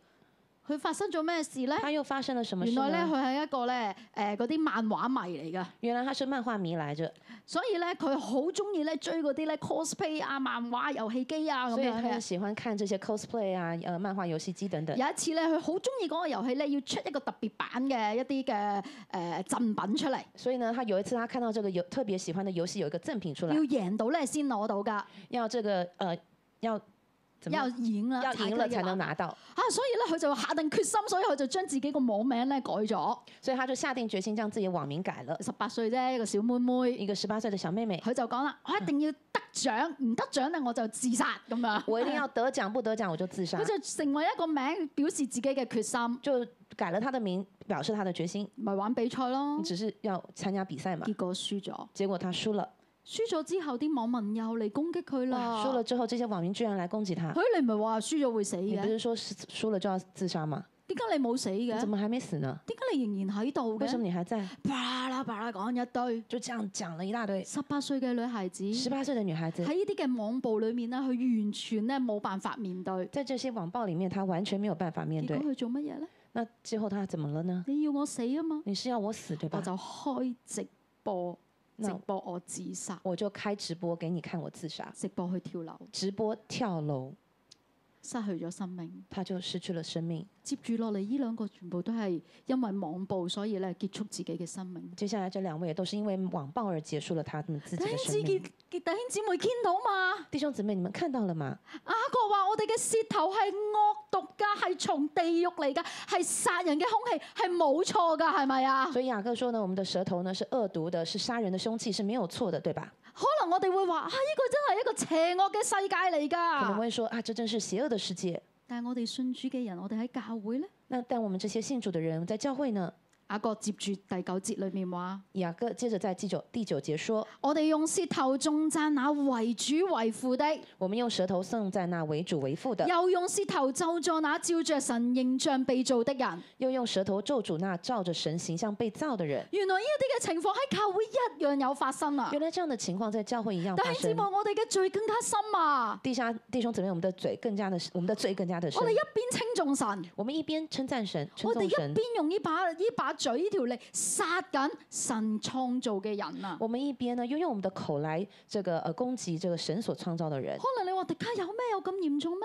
B: 佢發生咗咩事咧？
A: 她又發生了什麼事
B: 哎原來咧，
A: 呢？
B: 佢係一個咧誒嗰啲漫畫迷嚟㗎。
A: 原來她是漫畫迷來着。
B: 所以咧，佢好中意咧追嗰啲咧 cosplay 啊、漫畫、遊戲機啊咁
A: 所以
B: 樣
A: 他很
B: 嘅。
A: 喜歡看這些 cosplay 啊、呃漫畫遊戲機等等。
B: 有一次咧，佢好中意嗰個遊戲咧，要出一個特別版嘅一啲嘅誒贈品出嚟，
A: 所以呢，他有一次他看到這個游特別喜歡的遊戲有一個贈品出
B: 要
A: 來，
B: 贏到咧先攞到㗎，
A: 要這個呃要怎麼
B: 要
A: 樣
B: 贏啦，
A: 要贏了
B: 可以
A: 才能
B: 拿
A: 拿到，
B: 啊！所以咧，佢就下定決心，所以佢就將自己個網名咧改咗，
A: 所以他就下定決心將自己的網名改了。
B: 十八歲啫，一個小妹妹，
A: 一個十八歲的小妹妹，
B: 佢就講啦：我一定要得獎，唔得獎咧我就自殺咁樣。
A: 我一定要得獎，不得獎我就自殺
B: 佢，就成為一個名，表示自己嘅決心，
A: 就改了他的名，表示他的決心，
B: 咪玩比賽咯。
A: 只是要參加比賽嘛。
B: 結果輸咗。
A: 結果他輸了，
B: 輸咗之後，啲網民又嚟攻擊佢啦。
A: 哇！輸了之後，這些網民居然來攻擊他。
B: 佢你唔係話輸咗會死
A: 你不
B: 嘅？
A: 是說是輸了就要自殺嗎？
B: 點解你冇死嘅？
A: 你怎
B: 點
A: 么还没死呢？
B: 解你仍然喺度
A: 为什
B: 嘅？
A: 么你还在？
B: 巴啦巴啦講一堆。
A: 就这样讲了一大堆。
B: 十八歲嘅女孩子
A: 十
B: 喺
A: 八岁的女孩子
B: 呢啲嘅網暴裏面咧，佢完全咧冇辦法面對。
A: 在這些網暴裡面，她完全沒有辦法面
B: 結
A: 對。
B: 果佢做乜嘢咧？
A: 那之後她怎麼了呢？
B: 你要我死啊嘛！
A: 你是要我死對
B: 我
A: 吧？
B: 就開直播，直
A: 那
B: 播我自殺，
A: 我就開直播給你看我自殺，
B: 直播去跳樓，
A: 直播跳樓，
B: 失去咗生命。
A: 她就失去了生命。
B: 接住落嚟，呢兩個全部都係因為網暴，所以咧結束自己嘅生命。
A: 接下來這兩位也都是因為網暴而結束了他們自
B: 弟
A: 己的
B: 兄姊
A: 生
B: 妹，
A: 命。
B: 弟兄姊妹見到嘛？
A: 弟兄姊妹，你們看到了嗎？
B: 雅各話：我哋嘅舌頭係惡毒㗎，係從地獄嚟㗎，係殺人嘅兇器，係冇錯㗎，係咪 啊？
A: 所以雅各說呢，我們的舌頭呢是惡毒的，是殺人的兇器，是沒有錯的，對吧？
B: 可能我哋會話：啊，呢、個真係一個邪惡嘅世界嚟
A: 可能
B: 㗎。
A: 會說啊，這真是邪惡的世界。
B: 但係我哋信主嘅人，我哋喺教會咧，
A: 那但我們這些信主的人在教會呢，
B: 雅各啊接住第九節裏面話：
A: 雅各接着在第九第九節說，
B: 我哋用舌頭中讚那為主為父的。
A: 我們用舌頭送在那為主為父 的，
B: 又用舌頭咒詛那照着神形象被造的人。
A: 又用舌頭咒詛那照着神形象被造的人。
B: 原來呢一啲嘅情況喺教會一樣有發生啊！
A: 原来这样的情况在教會一樣
B: 弟
A: 發
B: 兄姊
A: 生
B: 妹，。我哋嘅罪更加深啊！
A: 弟下弟兄姊妹，我們的嘴更加的，我們的罪更加的深
B: 我哋。一邊稱重神，
A: 我們一邊稱讚神，稱
B: 我哋
A: 頌
B: 一
A: 神；
B: 邊用呢把呢把嘴呢條脷殺緊神創造嘅人啊！
A: 我們一邊呢，又用我們的口來這個呃攻擊這個神所創造的人。
B: 可能你話迪加有咩有咁嚴重咩？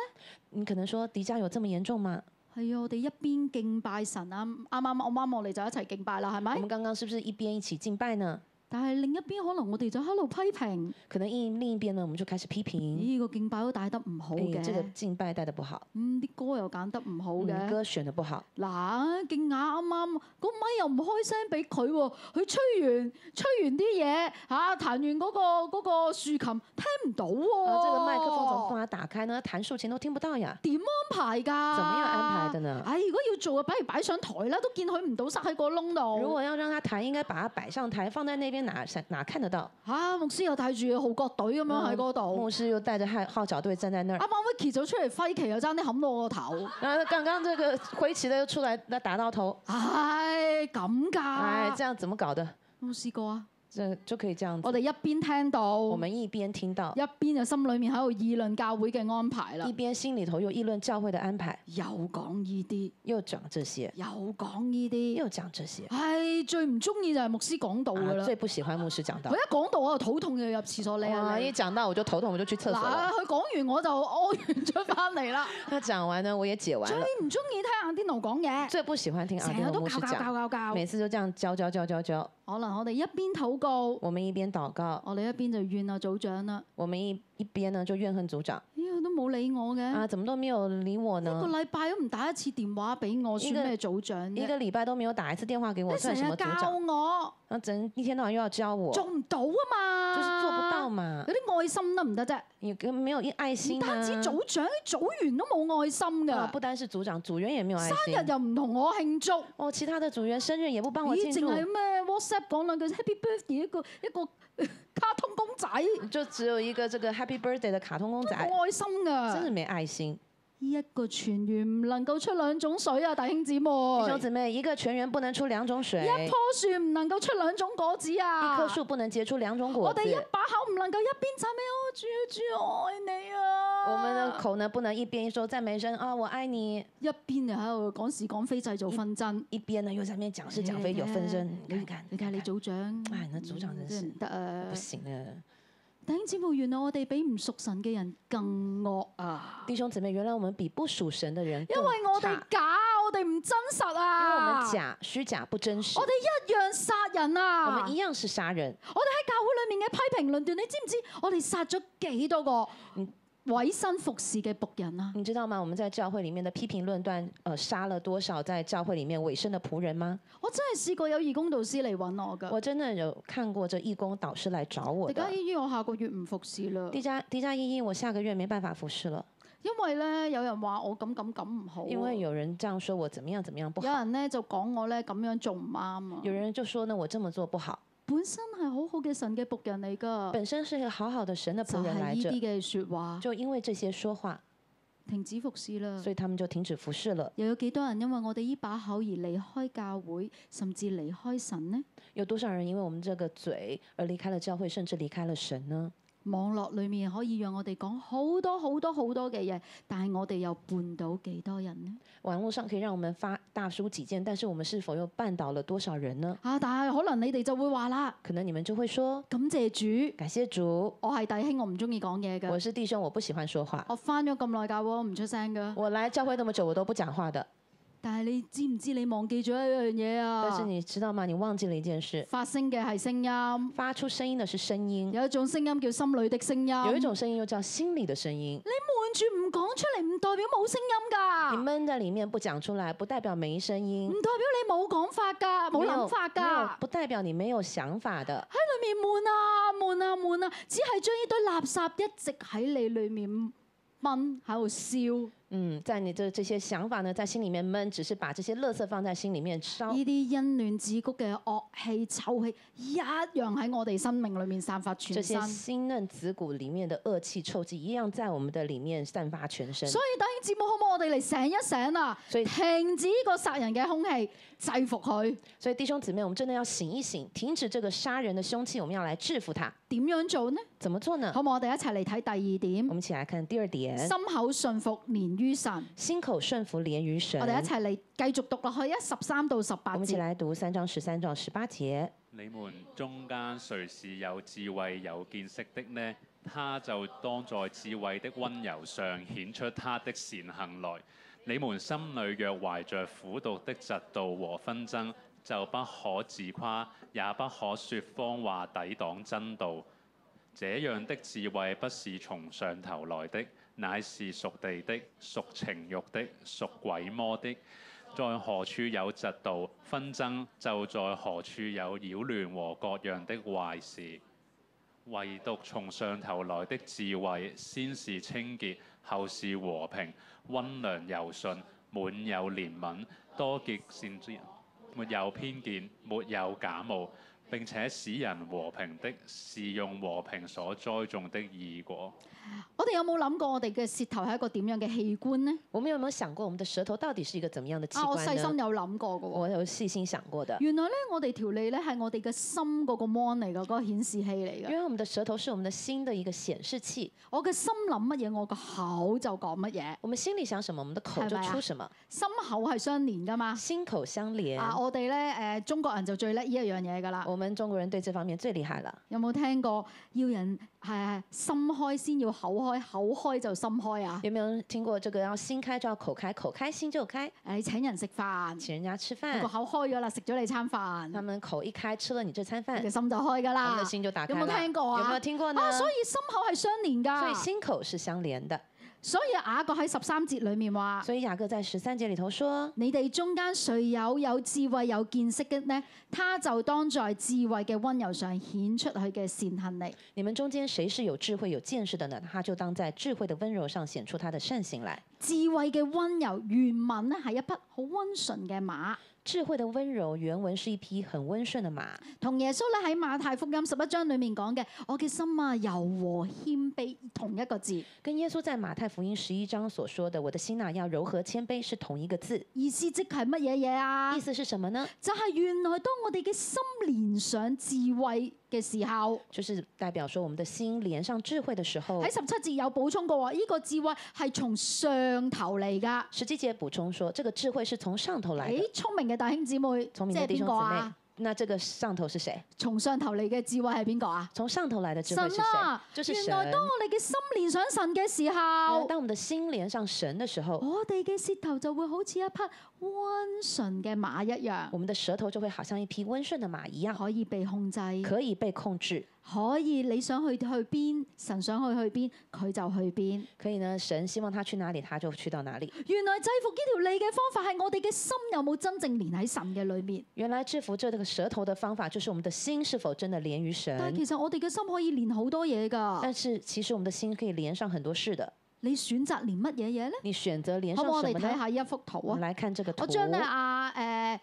A: 你可能說，迪迦有這麼嚴重嗎？
B: 係啊，我哋一邊敬拜神啊，啱啱我啱我哋就一齊敬拜啦，係
A: 我
B: 咪
A: 們？剛剛是不是一邊一起敬拜呢？
B: 但係另一邊可能我哋就喺度批評，
A: 可能一另一邊呢，我們就開始批評，
B: 咦個敬拜都帶得唔好
A: 嗯哎，這個
B: 嘅，
A: 敬拜帶得不好，
B: 嗯啲歌又揀得唔好
A: 嗯
B: 嘅。
A: 歌選得不好。
B: 嗱，勁雅啱啱個咪又唔開聲俾佢喎，佢吹完吹完啲嘢嚇，彈完嗰、個嗰、個豎琴聽唔到喎、
A: 啊，這個麥克風怎麼把它打開呢？彈豎琴都聽不到呀，
B: 點安排㗎？
A: 怎麼樣安排的呢？
B: 唉、如果要做嘅，啊不如擺上台啦，都見佢唔到塞喺個窿
A: 如
B: 度。
A: 果要讓他彈，應該把它擺上台，放在那邊哪哪看得到？
B: 嚇、啊牧師又帶住號角隊咁樣喺嗰度，
A: 嗯牧師又帶着號號角隊站在那啊
B: 啱
A: 兒。
B: 啱 Vicky 就出嚟揮旗，又爭啲冚到我個頭。
A: 然後剛剛這個灰旗的又出來，那打到頭，
B: 唉，咁㗎，
A: 哎，這樣怎麼搞的？
B: 有冇試過啊？
A: 這就可以這樣子。
B: 我哋一邊聽到，
A: 我們一邊聽到，
B: 一邊就心裏面喺度議論教會嘅安排啦
A: 一。邊心裡頭又議論教會的安排，
B: 又講呢啲，
A: 又講這些，
B: 又講呢啲，
A: 又講這些。
B: 哦唉，最唔中意就係牧師講道噶
A: 啊
B: 啦。
A: 最不喜歡牧師講
B: 佢
A: 道，
B: 一講到我就肚痛，又入廁所匿啊
A: 哇！一
B: 匿。
A: 講到我就頭痛，我就去廁所
B: 嗱，
A: 了。
B: 佢講完我就屙完出翻 嚟啦。
A: 他講完呢，我也解完
B: 最
A: 了。
B: 唔中意聽阿天奴講嘢，
A: 最不喜歡聽阿
B: 成
A: 丁
B: 日
A: 和
B: 都
A: 牧
B: 教
A: 師
B: 教
A: 講，
B: 教教教。
A: 每次就這樣教教教教教。
B: 可能我哋一邊禱告，
A: 我們一邊禱告，
B: 我哋一邊就怨阿組長啦。
A: 我們一一邊呢就怨恨組長
B: 咦，佢都冇理我嘅，
A: 啊，怎麼都沒有理我
B: 一個
A: 呢？
B: 禮拜都唔打一次電話俾我，算
A: 一個
B: 咩組長
A: 一
B: 啫？
A: 個禮拜都沒有打一次電話給我，
B: 你成
A: 算什
B: 日
A: 麼組
B: 教
A: 長？
B: 我，
A: 啊，整一天到晚又要教我，
B: 做
A: 就
B: 唔到啊嘛，
A: 是做不
B: 啊
A: 到。嘛，
B: 有啲愛心得唔得啫？
A: 你根本沒有一愛
B: 唔
A: 心
B: 單止
A: 啊。
B: 組長，啲組員都冇愛心
A: 啊，
B: 㗎，
A: 不單是組長，組員也沒有愛心
B: 生日。又唔同我慶祝，
A: 哦，其他的組員生日也不幫我
B: 咦？
A: 慶
B: 淨係
A: 祝，
B: 咩 WhatsApp 講兩句 Happy Birthday 一個一個卡通公仔，冇
A: 就只有一個這個 Happy Birthday 的卡通公仔，
B: 愛心
A: 真是
B: 㗎。
A: 沒愛心。
B: 呢一個全員唔能夠出兩種水啊，弟兄姊妹。
A: 弟兄姊妹，一個全員不能出兩種水，
B: 一
A: 一
B: 棵樹唔能夠出兩種果子啊！
A: 棵樹不能結出兩種果
B: 我
A: 子
B: 哋。一把口唔能夠一邊讚美我主啊主啊我愛你啊！
A: 我們的口呢，不能一邊說讚美聲啊我愛你，
B: 一邊又喺度講是講非，製造紛爭。
A: 一邊呢又在那邊講是講非，有紛爭。
B: 哎
A: 你看看，
B: 嗯你睇下你組長，
A: 哎那組長真是
B: 係唔得啊
A: 不！行啊！
B: 弟兄姊妹，原來我哋比唔屬神嘅人更惡啊！
A: 弟兄姊妹，原來我們比不屬神的人
B: 因
A: 更差，
B: 為我哋假，我哋唔真實
A: 因為我
B: 啊！
A: 們，假虛假不真實
B: 我，哋一樣殺人
A: 我
B: 啊！我
A: 們
B: 哋
A: 一樣是殺人。
B: 喺教會裏面嘅批評論斷，你知唔知我哋殺咗幾多
A: 嗯
B: 個委身服侍嘅仆人啊？
A: 你知道嗎？我們在教會裡面的批評論斷，呃，殺了多少在教會裡面委身的僕人嗎？
B: 我真係試過有義工導師嚟揾我㗎。
A: 我真的有看過這義工導師來找我
B: 迪
A: 的
B: 加。醫院我下個月唔服侍啦，
A: 迪迦迪迦依依，我下個月沒辦法服侍了，
B: 因為咧有人話我咁咁咁唔好啊，
A: 因為有人這樣說我怎麼樣怎麼樣不
B: 有
A: 好，
B: 人咧就講我咧咁樣做唔啱啊！
A: 有人就說呢我這麼做不好。
B: 本身係好好嘅神嘅仆人嚟㗎。
A: 本身是一個好好的神的
B: 就
A: 仆
B: 係
A: 人來
B: 呢
A: 着
B: 啲，嘅説話，
A: 就因為這些說話，
B: 弟停止服侍啦。
A: 所以他们就停止服侍了。
B: 又有幾多人因為我哋呢把口而離開教會，甚至離開神呢？
A: 有多少人因为我们这个嘴而离开了教会，甚至离开了神呢？
B: 網絡裡面可以讓我哋講好多好多好多嘅嘢，但係我哋又絆到幾多人呢？
A: 网络上可以让我们发大抒己见，但是我们是否又绊倒了多少人呢？
B: 啊！但係可能你哋就會話啦，
A: 可能你们就会说
B: 感謝主，：“
A: 感谢主，
B: 我係弟兄，我唔中意講嘢
A: 我
B: 㗎。
A: 是弟兄，我不喜欢说话，
B: 我翻咗咁耐教會，我唔出聲㗎。
A: 我来教会那么久，我都不讲话的。
B: 但係你知唔知你忘記咗一樣嘢
A: 但是
B: 啊？
A: 你知道吗？你忘记了一件事，
B: 發聲嘅係聲音，
A: 发出声音的是声音，
B: 有一種聲音叫心裏的聲音。
A: 有一種聲音又叫心里的聲音。
B: 悶住唔講出嚟，唔代表冇聲音
A: 你
B: 㗎，
A: 闷在里面不講出來，不代表沒聲音
B: 唔，代表你冇講法㗎，冇
A: 沒有
B: 諗法
A: 沒有
B: 㗎。
A: 不代表你沒有想法的。
B: 裏面悶啊悶啊悶啊，只係將呢堆垃圾一直喺你裏面掹喺度燒。
A: 嗯，在你的这些想法呢，在心里面闷，只是把这些垃圾放在心里面烧。
B: 呢啲因亂自谷嘅惡氣臭氣一樣喺我哋生命裏面散發全
A: 這些
B: 身。
A: 新嫩子骨里面的惡氣臭氣一樣在我們的里面散發全身。
B: 所以弟兄姊妹，好唔好？我哋嚟醒一醒啊！
A: 所以
B: 停止呢個殺人嘅空氣，制服佢。
A: 所以弟兄姊妹，我們真的要醒一醒，停止這個殺人的凶器，我們要来制服它。
B: 點樣做呢？
A: 怎麼做呢？
B: 好唔好？我哋一齊嚟睇第
A: 我
B: 二
A: 們一起來看第二
B: 點，
A: 點，
B: 心口信服連於神。
A: 心口順服連於神。
B: 我哋一齊嚟繼續讀落去，一十三到十八
A: 我们一起
B: 節。
A: 来读三章十三章十八节。
C: 你們中間誰是有智慧有見識的呢？他就當在智慧的温柔上顯出他的善行來。你們心裏若懷着苦毒的嫉妒和紛爭，就不可自誇，也不可說謊話抵擋真道。這樣的智慧不是從上頭來的，乃是屬地的、屬情欲的、屬鬼魔的。在何處有嫉妒、紛爭，就在何處有擾亂和各樣的壞事。唯獨從上頭來的智慧，先是清潔，後是和平，温良柔順，滿有憐憫，多結善之人，沒有偏見，沒有假冒，並且使人和平的，是用和平所栽種的義果。
B: 我哋有冇諗過我哋嘅舌頭係一個點樣嘅器官呢？
A: 我们有没有想過，我們的舌頭到底是一個怎麼樣的器
B: 啊，我細
A: 官呢？
B: 心有諗過嘅喎。
A: 我有細心想過的，
B: 原來咧，我哋條脷咧係我哋嘅心嗰個 mon 嚟嘅，嗰、個顯示器嚟
A: 因
B: 嘅。
A: 為我們的舌頭是我們的心的一個顯示器，
B: 我嘅心諗乜嘢，我個口就講乜嘢。
A: 我們心裡想什麼，我們的口
B: 係
A: 就
B: 咪啊
A: 出什麼，
B: 心口係相連噶嘛。
A: 心口相連。
B: 啊，我哋咧誒中國人就最叻呢一樣嘢㗎啦。
A: 我們中國人對這方面最厲害了。
B: 有冇聽過要人係、心開先要口開，口開就心開啊？
A: 有沒有人聽過這個要心開就要口開，口開心就開，
B: 誒、你哎請人食飯，
A: 請人家吃
B: 個
A: 飯，
B: 口開咗啦，食咗你餐
A: 他
B: 飯，
A: 們口一開吃了你這餐
B: 你
A: 飯，
B: 嘅心就開
A: 他們
B: 㗎啦
A: 的。心就打
B: 啊有
A: 開
B: 冇
A: 了。
B: 聽過啊？
A: 有沒有聽過呢？
B: 啊，所以啊心口係相連
A: 所以
B: 㗎。
A: 心口是相連的。
B: 所以雅各喺十三節裡面話。
A: 所以雅各在十三節裡頭說。
B: 你哋中間誰有有智慧有見識嘅呢？他就當在智慧嘅温柔上顯出佢嘅善行嚟。
A: 你们中间谁是有智慧、有见识的呢？他就当在智慧的温柔上显出他的善行来。
B: 智慧嘅温柔原文咧係一匹好温順嘅馬，
A: 智慧的温柔，原文是一匹很温顺的马，
B: 同耶穌咧喺馬太福音十一章裡面講嘅我嘅心啊柔和謙卑同一個字，
A: 跟耶穌在马太福音十一章所说的“我的心呐、要柔和谦卑”是同一个字。
B: 意思即係乜嘢嘢啊
A: 意？思是什么呢？
B: 就係原來當我哋嘅心連上智慧嘅時候，
A: 就是代表说我们的心连上智慧的时候
B: 喺。十七節有補充過喎，呢、個智慧係從上頭嚟㗎。
A: 十七节补充说，这个智慧是从上头来的。
B: 誒，聰明嘅弟兄姊妹，
A: 聪明
B: 即
A: 的
B: 係
A: 弟
B: 邊
A: 兄
B: 個
A: 姊
B: 啊
A: 妹？，那这个上头是谁？
B: 從上頭嚟嘅智慧係邊個啊？
A: 从上头来的智
B: 神
A: 慧是谁？
B: 啊！
A: 就是
B: 原
A: 神。嗯
B: 來當我哋嘅心連上神嘅時候，
A: 当我们的心连上神的时候，
B: 我哋嘅舌頭就會好似一匹温順嘅馬一樣，
A: 我们的舌头就会好像一匹温顺的马一样。
B: 可以被控制，
A: 可以被控制，
B: 可以你想去去邊，神想去去邊，佢就去邊。
A: 可以呢，神希望他去哪里，他就去到哪里。
B: 原來制服呢條脷嘅方法係我哋嘅心有冇真正連喺神嘅裏面，
A: 原来制服这个舌头的方法，就是我们的心是否真的连于
B: 但
A: 神。
B: 係其實我哋嘅心可以連好多嘢㗎。
A: 但是其实我们的心可以连上很多事的。
B: 你選擇連乜嘢嘢咧？
A: 你选择连
B: 好
A: 上啊嗯
B: 唔好？我
A: 什
B: 哋
A: 么
B: 睇
A: 呢？
B: 下呢一幅圖
A: 我
B: 啊
A: 们。来看这个
B: 我
A: 图。
B: 將咧阿誒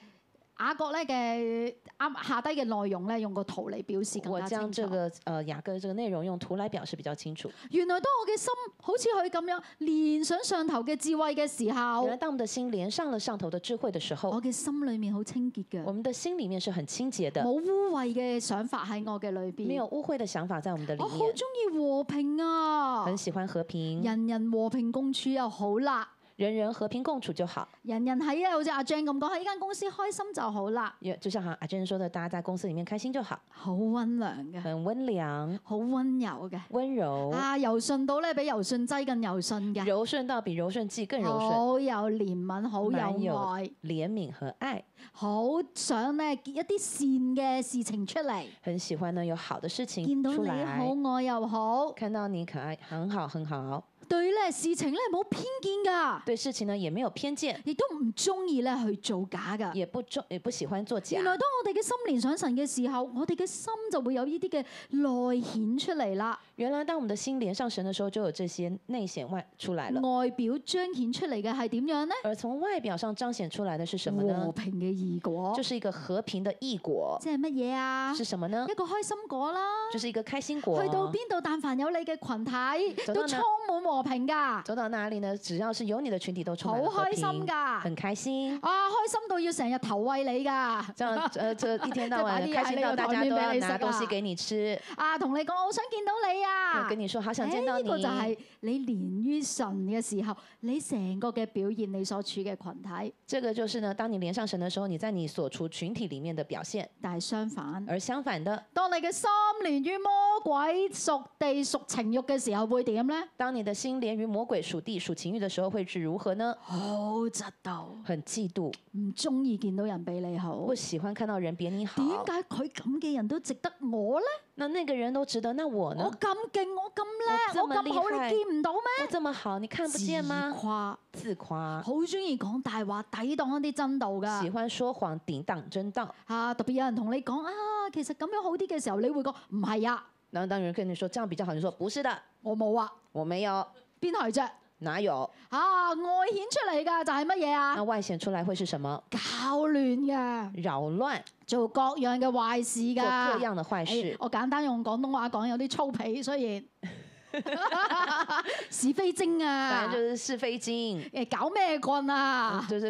B: 雅各咧嘅啱下低嘅內容咧，用個圖嚟表示更
A: 我
B: 加
A: 将
B: 清
A: 这
B: 楚。
A: 个呃雅各的这个内容用图来表示比较清楚。
B: 原來當我嘅心好似佢咁樣連想上頭嘅智慧嘅時候
A: 原来，当我们的心连上了上头的智慧的时候，
B: 我嘅心裏面好清潔
A: 我
B: 嘅，
A: 们的心里面是很清洁的
B: 冇，污穢嘅想法喺我嘅裏
A: 没
B: 邊
A: 有。污秽的想法在我们的里
B: 我哦好
A: 面，
B: 中意和平啊！
A: 很喜欢和平，
B: 人人和平共處又好啦，
A: 人人和平共处就好。
B: 人人喺啊，好似阿 Jane 咁講，喺呢間公司開心就好啦，
A: 也就像哈阿珍说的，大家在公司里面开心就好，
B: 好温良嘅，
A: 很温良、
B: 好温柔嘅。
A: 温柔、
B: 啊，柔順到咧，比柔順劑更柔順嘅，
A: 柔順到比柔順劑更柔順，
B: 好有憐憫，好
A: 蠻
B: 有
A: 有
B: 愛，
A: 憐憫和愛，
B: 好想咧結一啲善嘅事情出嚟，
A: 很喜歡呢有好的事
B: 見
A: 情
B: 到
A: 出
B: 你好
A: 來，
B: 我又好，
A: 看到你可愛，很好很好。
B: 對咧事情咧冇偏見㗎，
A: 对事情呢也没有偏見，
B: 亦都唔中意咧去造假㗎。
A: 也不中也不喜歡作假
B: 原。來當我哋嘅心連想神嘅時候，我哋嘅心就會有呢啲嘅內顯出嚟啦，
A: 原來當我們的心連上神的時候，就有這些內顯外出來了。
B: 外表彰顯出嚟嘅係點樣呢？
A: 而從外表上彰顯出來的是什麼
B: 和
A: 呢？
B: 平嘅異果
A: 就，是一個和平的異果，
B: 即係乜嘢啊？
A: 是什麼呢
B: 一？個開心果啦。
A: 就是一個開心果。
B: 去到邊度，但凡有你嘅群體，
A: 走
B: 都
A: 到
B: 充
A: 哪
B: 滿和平㗎，
A: 走到哪裡呢？只要是有你的群體都充
B: 好
A: 滿了和
B: 開
A: 平，嗯
B: 心㗎，
A: 很開心。
B: 啊開心到要成日投餵你㗎，
A: 這樣呃，這呃一天到晚
B: 就把
A: 開
B: 你
A: 心到大家都要拿
B: 把你
A: 東
B: 把你
A: 西給你吃，
B: 啊同你講我好想見到你啊
A: 就，跟你說好想
B: 誒
A: 見到
B: 呢
A: 你。
B: 個就係你連於神嘅時候，你成個嘅表現，你所處嘅群體。
A: 這個就是呢，當你連上神的時候，你在你所處群體裡面的表現。
B: 但係相反，
A: 而相反的，
B: 當你嘅心連於魔鬼、屬地、屬情慾嘅時候，會點呢？
A: 當你的心連於魔鬼、屬地、屬情欲的時候，會是如何呢？
B: 好窒到，
A: 很嫉妒，
B: 唔中意見到人比你好
A: 不。喜歡看到人比你好
B: 點。解佢咁嘅人都值得我呢？
A: 那那個人都值得，那我呢
B: 我？咁勁，我咁叻，
A: 我
B: 我
A: 這麼
B: 咁好，
A: 厲害
B: 你見唔到咩？
A: 我這麼好，你看不
B: 啊
A: 見嗎？
B: 誇，
A: 自誇，
B: 好中意講大話，抵擋一啲真道
A: 喜
B: 㗎。
A: 歡說謊，抵擋真道。
B: 啊，特別有人同你講啊，其實咁樣好啲嘅時候，你會講唔係啊，
A: 然後當有人跟你說這樣比較好，你說不是的，
B: 我冇啊，
A: 我沒有，
B: 邊係啫？
A: 哪有？
B: 啊，外顯出嚟㗎就係乜嘢
A: 那
B: 啊？
A: 外顯出來會是什麼？
B: 搞亂㗎，
A: 擾亂，
B: 做各樣嘅壞事
A: 做各
B: 㗎。
A: 樣的壞
B: 哎
A: 事。
B: 我簡單用廣東話講，有啲粗鄙，雖 然是非精
A: 反
B: 啊
A: 正就，是是非精，
B: 誒搞咩棍啊？
A: 嗯就是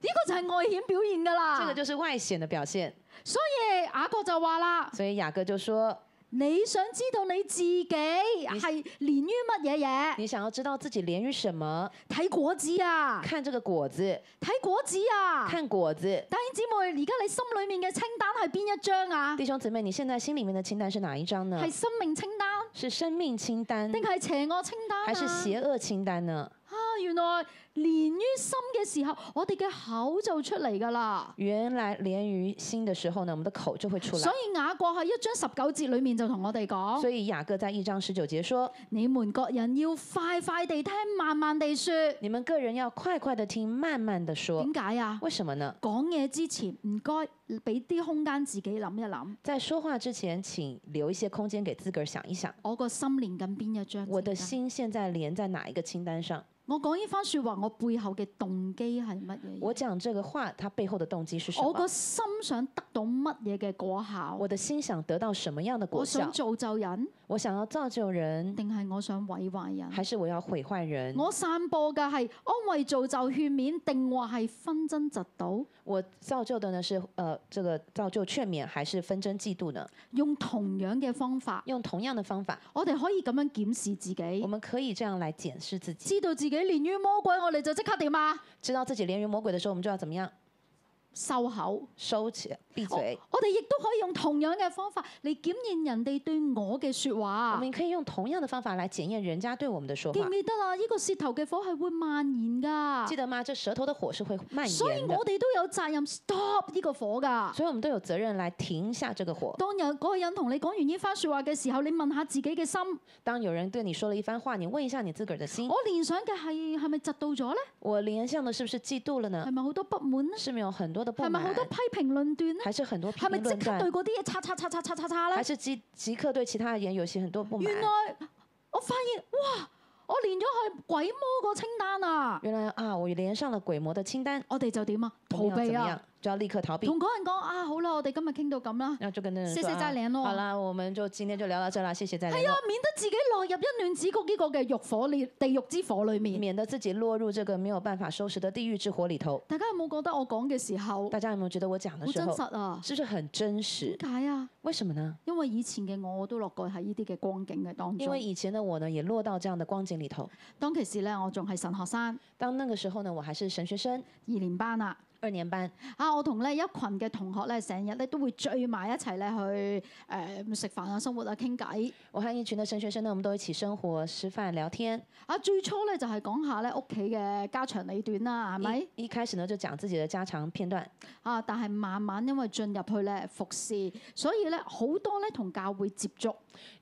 B: 呢個就係外顯表現㗎啦。
A: 這個就是外顯的表現。
B: 即係雅各就話啦：，
A: 所以雅各就說
B: 你想知道你自己係連於乜嘢：“嘢？
A: 你想要知道自己連於什麼？
B: 睇果子啊，
A: 看這個果子，
B: 睇果子啊！
A: 看果子。
B: 弟兄姊妹，而家你心裡面嘅清單係邊一張啊？
A: 弟兄姊妹，你現在心裡面的清單是哪一張呢
B: 係？生命清單
A: 是生命清單，
B: 定係邪惡清單
A: 還是
B: 啊？
A: 邪惡清單呢？
B: 啊，原來連於心嘅時候，我哋嘅口就出嚟㗎啦。
A: 原來連於心的時候呢，我們的口就會出
B: 所
A: 來。
B: 以雅各喺一章十九節裡面就同我哋講：，
A: 所以雅各在一章十九節說
B: 你們各人要快快地聽，慢慢地說。：“
A: 你們個人要快快的聽，慢慢的說。
B: 點解啊”？
A: 為什麼呢？
B: 講嘢之前唔該俾啲空間自己諗一諗，
A: 在說話之前，請留一些空間給自個兒想一想，
B: 我個心連緊邊一張？
A: 我的，心現在連在哪一個清單上？
B: 我講呢番説話，我背後嘅動機係乜嘢？
A: 我講這個話，它背後的動機是什
B: 我
A: 麼
B: 個？心想得到乜嘢嘅果效
A: 我？的心想得到什麼樣的
B: 我
A: 果效
B: 想？造就人，
A: 我想要造就人，
B: 定係我想毀壞人？
A: 還是我要毀壞人？
B: 啊我散播嘅係安慰、造就、勸勉，定話係紛爭、嫉妒？
A: 我造就的呢是呃這個造就勸勉，還是紛爭嫉妒呢？
B: 用同樣嘅方法，
A: 用同樣的方法，
B: 我哋可以咁樣檢視自
A: 我
B: 己，
A: 們可以這樣來檢視自己，
B: 知道自己連於魔鬼，我哋就即刻點啊？
A: 知道自己連於魔鬼的時候，我們就要怎麼樣？
B: 收口。
A: 收起，閉
B: 哦
A: 嘴。
B: 我哋亦都可以用同樣嘅方法嚟檢驗人哋對我嘅説
A: 我
B: 話。
A: 們可以用同樣的方法來檢驗人家對我們的說
B: 記
A: 話
B: 唔。記得啊？呢、個舌頭嘅火係會蔓延
A: 記
B: 㗎，
A: 得嗎？這舌頭的火是會蔓
B: 所以
A: 延的，
B: 我哋都有責任 stop 呢個火㗎。
A: 所以我們都有責任來停下這個火。
B: 當有嗰個人同你講完呢番説話嘅時候，你問下自己嘅心，
A: 當有人對你說了一番話，你問一下你自個兒的心：
B: 我聯想嘅係係咪窒到咗呢？
A: 我聯想的是不是嫉妒了呢
B: 係？咪好多不滿呢？
A: 是沒有很多的不
B: 係咪
A: 滿
B: 好，多批評論斷呢？
A: 還是很多批
B: 係咪
A: 評
B: 即
A: 論
B: 刻對
A: 斷，
B: 嗰啲嘢叉叉叉叉叉叉叉
A: 還
B: 呢？
A: 是即即刻對其他人有些很多不滿？
B: 原來我發現，哇！我連咗去鬼魔個清單啊！
A: 原來啊，我連上了鬼魔的清單，
B: 我哋就點啊？
A: 我们
B: 逃
A: 要
B: 避
A: 怎么
B: 啊
A: 样，？就要立刻逃避。
B: 同嗰人講啊，好啦，我哋今日傾到咁啦，
A: 然后就跟那人
B: 謝
A: 说
B: 謝再聯絡
A: 啊，好啦，我们就今天就聊到这啦，谢谢再联
B: 係啊
A: 络，，
B: 免得自己落入一戀子谷呢個嘅欲火裏地獄之火裏面。
A: 免得自己落入这个没有办法收拾的地狱之火里头。
B: 大家有冇覺得我講嘅時候
A: 大家有没有覺得我讲的
B: 好
A: 时
B: 真
A: 候
B: 實啊？
A: 是不是很真實？
B: 點解啊？
A: 為什麼呢？
B: 因為以前嘅我都落過喺呢啲嘅光景嘅當
A: 因為
B: 中。
A: 以前的我呢，也落到這樣的光景里頭。
B: 當其時咧，我仲係神學生
A: 當那個時候呢，我還是神學生
B: 二年班啦。
A: 二年班，
B: 啊，我同咧一群嘅同學咧，成日咧都會聚埋一齊咧去誒食、飯啊、生活啊、傾偈。
A: 我和一群的神學生呢，我們都一起生活、吃飯、聊天。
B: 啊，最初咧就係、講下咧屋企嘅家長裏短啦，係咪？
A: 一一開始呢，就講自己的家常片段，
B: 啊，但係慢慢因為進入去咧服侍，所以咧好多咧同教會接觸，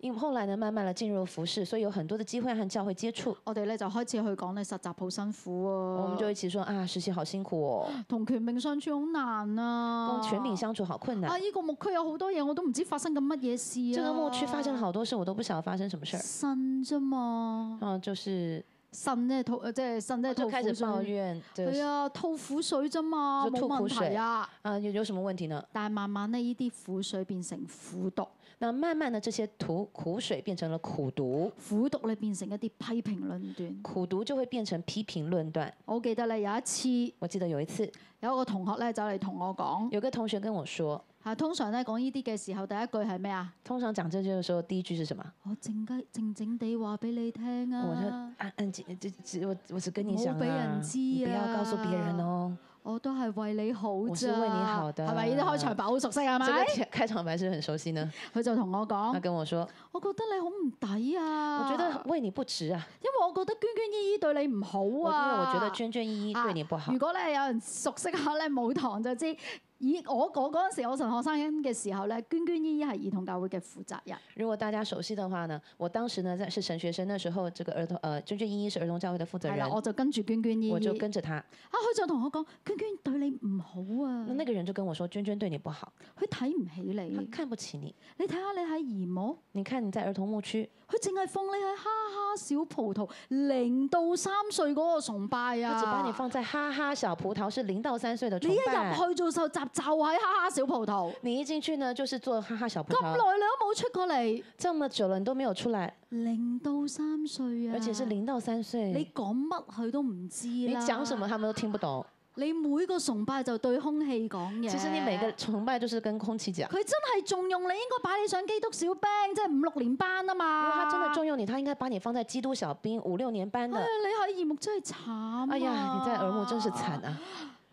A: 因後來呢，慢慢的進入服侍，所以有很多的機會和教會接觸。
B: 我哋咧就開始去講咧實習好辛苦
A: 我們就
B: 啊，
A: 一起說啊，實習好辛苦哦，
B: 同權柄相處好難啊，
A: 跟權柄相處好困
B: 啊！
A: 難。
B: 依、個牧區有好多嘢，我都唔知發生緊乜嘢事
A: 這
B: 啊！
A: 個牧區發生了好多事，我都不曉得發生什麼事兒。
B: 神啫嘛，
A: 啊，就是
B: 神咧吐，即係神咧
A: 我
B: 吐
A: 就開
B: 苦
A: 始哎抱
B: 水。
A: 怨，就
B: 係
A: 是
B: 啊，吐苦水啫嘛，
A: 就
B: 冇
A: 吐苦
B: 問題啊。
A: 啊，有有什麼問題呢？
B: 但係慢慢咧，呢啲苦水變成苦毒，
A: 那慢慢的，这些苦苦水变成了苦毒，
B: 苦毒咧變成一啲批評論斷。
A: 苦毒就会變成批評論斷。
B: 我記得咧有一次。
A: 我記得有一次，
B: 有一個同學咧走嚟同我講，
A: 有個同學跟我說，
B: 嚇通常咧講呢啲嘅時候，第一句係咩啊？
A: 通常講這句的時候，第一句是什麼？
B: 我靜雞靜靜地話俾你聽
A: 我就嗯
B: 啊，
A: 安安靜，只只我我只跟你
B: 冇
A: 講
B: 俾人
A: 啊，
B: 知
A: 你不要告訴別人
B: 啊
A: 哦。
B: 我都係為你好
A: 我是
B: 咋，
A: 為你好的
B: 係咪呢啲開場白好熟悉啊係嗯
A: 這個
B: 咪？
A: 開開場白是很熟悉呢。
B: 佢就同我
A: 他
B: 講，
A: 跟我說，
B: 我覺得你好唔抵哦啊，
A: 我覺得為你不值啊，
B: 因為我覺得娟娟姨姨對你唔好
A: 我因為
B: 啊，
A: 我覺得娟娟依依對你不好
B: 如。果咧有人熟悉下咧舞堂就知。以我我嗰陣時，我神學生嘅時候咧，娟娟姨姨係兒童教會嘅負責人。
A: 如果大家熟悉的話呢，我當時呢在是神學生，那時候這個兒童呃娟娟依依是兒童教會的負責
B: 係啦，
A: 人，
B: 我就跟住娟娟姨姨。
A: 我就跟着他。
B: 啊，佢就同我講，娟娟對你唔好啊
A: 那，那個人就跟我說，娟娟對你不好，
B: 佢睇唔起
A: 他
B: 你。
A: 看不起你。
B: 你睇下你喺姨母，
A: 你看你在兒童牧區，
B: 佢淨係放你喺哈哈小葡萄零到三歲嗰個崇拜
A: 他
B: 啊！
A: 只把你放在哈哈小葡萄是零到三歲的
B: 你
A: 崇
B: 一
A: 拜，
B: 入去做受集就喺哈哈小葡萄，
A: 你一進去呢就是做哈哈小葡
B: 咁耐
A: 萄，
B: 你都冇出過嚟，
A: 這麼久了你都沒有出來，
B: 零到三歲啊！
A: 而且是零到三
B: 你
A: 歲，
B: 講乜佢都唔知
A: 你
B: 啦。
A: 講什麼？他們都聽不懂。
B: 你每個崇拜就對空氣講嘢。
A: 其實你每個崇拜就是跟空氣講，
B: 佢真係重用你，應該擺你上基督小兵，即係五六年班啊
A: 如
B: 嘛。
A: 果他真的重用你，他應該把你放在基督小兵五六年班
B: 哎呀
A: 的。，
B: 你喺耳目真係慘、啊。
A: 哎呀，你在耳目真是慘！啊！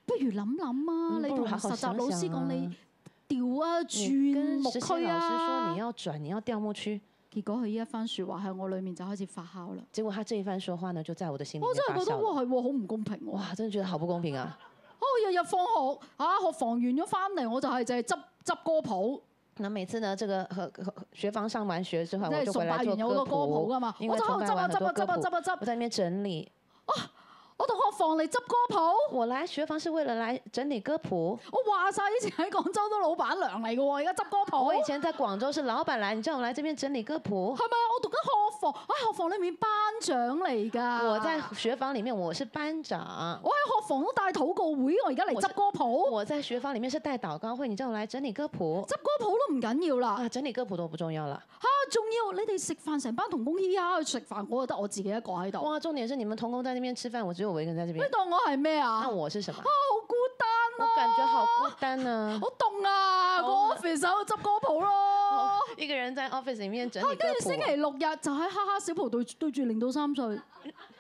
B: 不如諗諗啊，
A: 嗯
B: 你
A: 不如
B: 同
A: 好好
B: 實習老師
A: 想
B: 講
A: 想
B: 你
A: 啊
B: 調啊
A: 你
B: 轉
A: 跟
B: 木
A: 實習
B: 區
A: 老師說
B: 啊
A: 你。要轉，你要調牧區，
B: 結果佢呢一番説話喺我裏面就開始發酵啦。
A: 結果他這一番說話呢，就在我的心裡
B: 我
A: 面
B: 真
A: 發
B: 係覺得
A: 嗯酵了。
B: 哇係喎，好唔公平喎！啊
A: 哇，真的覺得好不公平啊！
B: 我日日放學啊，學房完咗翻嚟，我就係就係執執歌譜，
A: 那每次呢，這個和和學房上完學之後，啊
B: 即
A: 我
B: 係
A: 就
B: 崇
A: 回
B: 拜
A: 來
B: 完
A: 做
B: 有好
A: 歌
B: 多歌譜
A: 譜，
B: 噶嘛，
A: 因
B: 我
A: 為
B: 就喺
A: 崇
B: 度
A: 拜
B: 執啊
A: 完很
B: 執
A: 多
B: 啊
A: 歌
B: 執啊
A: 譜，
B: 執啊
A: 我
B: 執，
A: 在那邊整理。
B: 我同學房嚟執歌譜。
A: 我來學房是為了來整理歌譜。
B: 我話晒以前喺廣州都老闆娘嚟嘅喎，而家執歌
A: 哦我
B: 譜
A: 以。前在廣州是老闆來，你叫我來這邊整理歌譜。
B: 係咪啊？我讀緊學房，我喺學房裏面班長嚟㗎。
A: 我在學房裡面我是班長，
B: 我喺學房都帶禱告會，我而家嚟執歌譜，
A: 我在學房裡面是帶禱告會，你叫我來整理歌譜
B: 執歌譜都唔緊要啦。
A: 啊，整理歌譜都不重要了。
B: 啊，仲要你哋食飯成班同工嘻哈去食飯，我覺得我自己一個喺度。
A: 哇，重點是你們同工在那邊吃飯，我只有我一個人在這
B: 你
A: 邊，
B: 當我係咩啊？
A: 那
B: 啊，
A: 我是什麼？
B: 好孤單
A: 我
B: 啊！
A: 感覺好孤單呢、
B: 好凍啊！個
A: 好
B: office 喺度執歌 譜咯。
A: 一個人在 office 裡面整
B: 啊
A: 理歌
B: 跟住星期
A: 譜，
B: 六日就喺哈哈小蒲對對住零到三歲，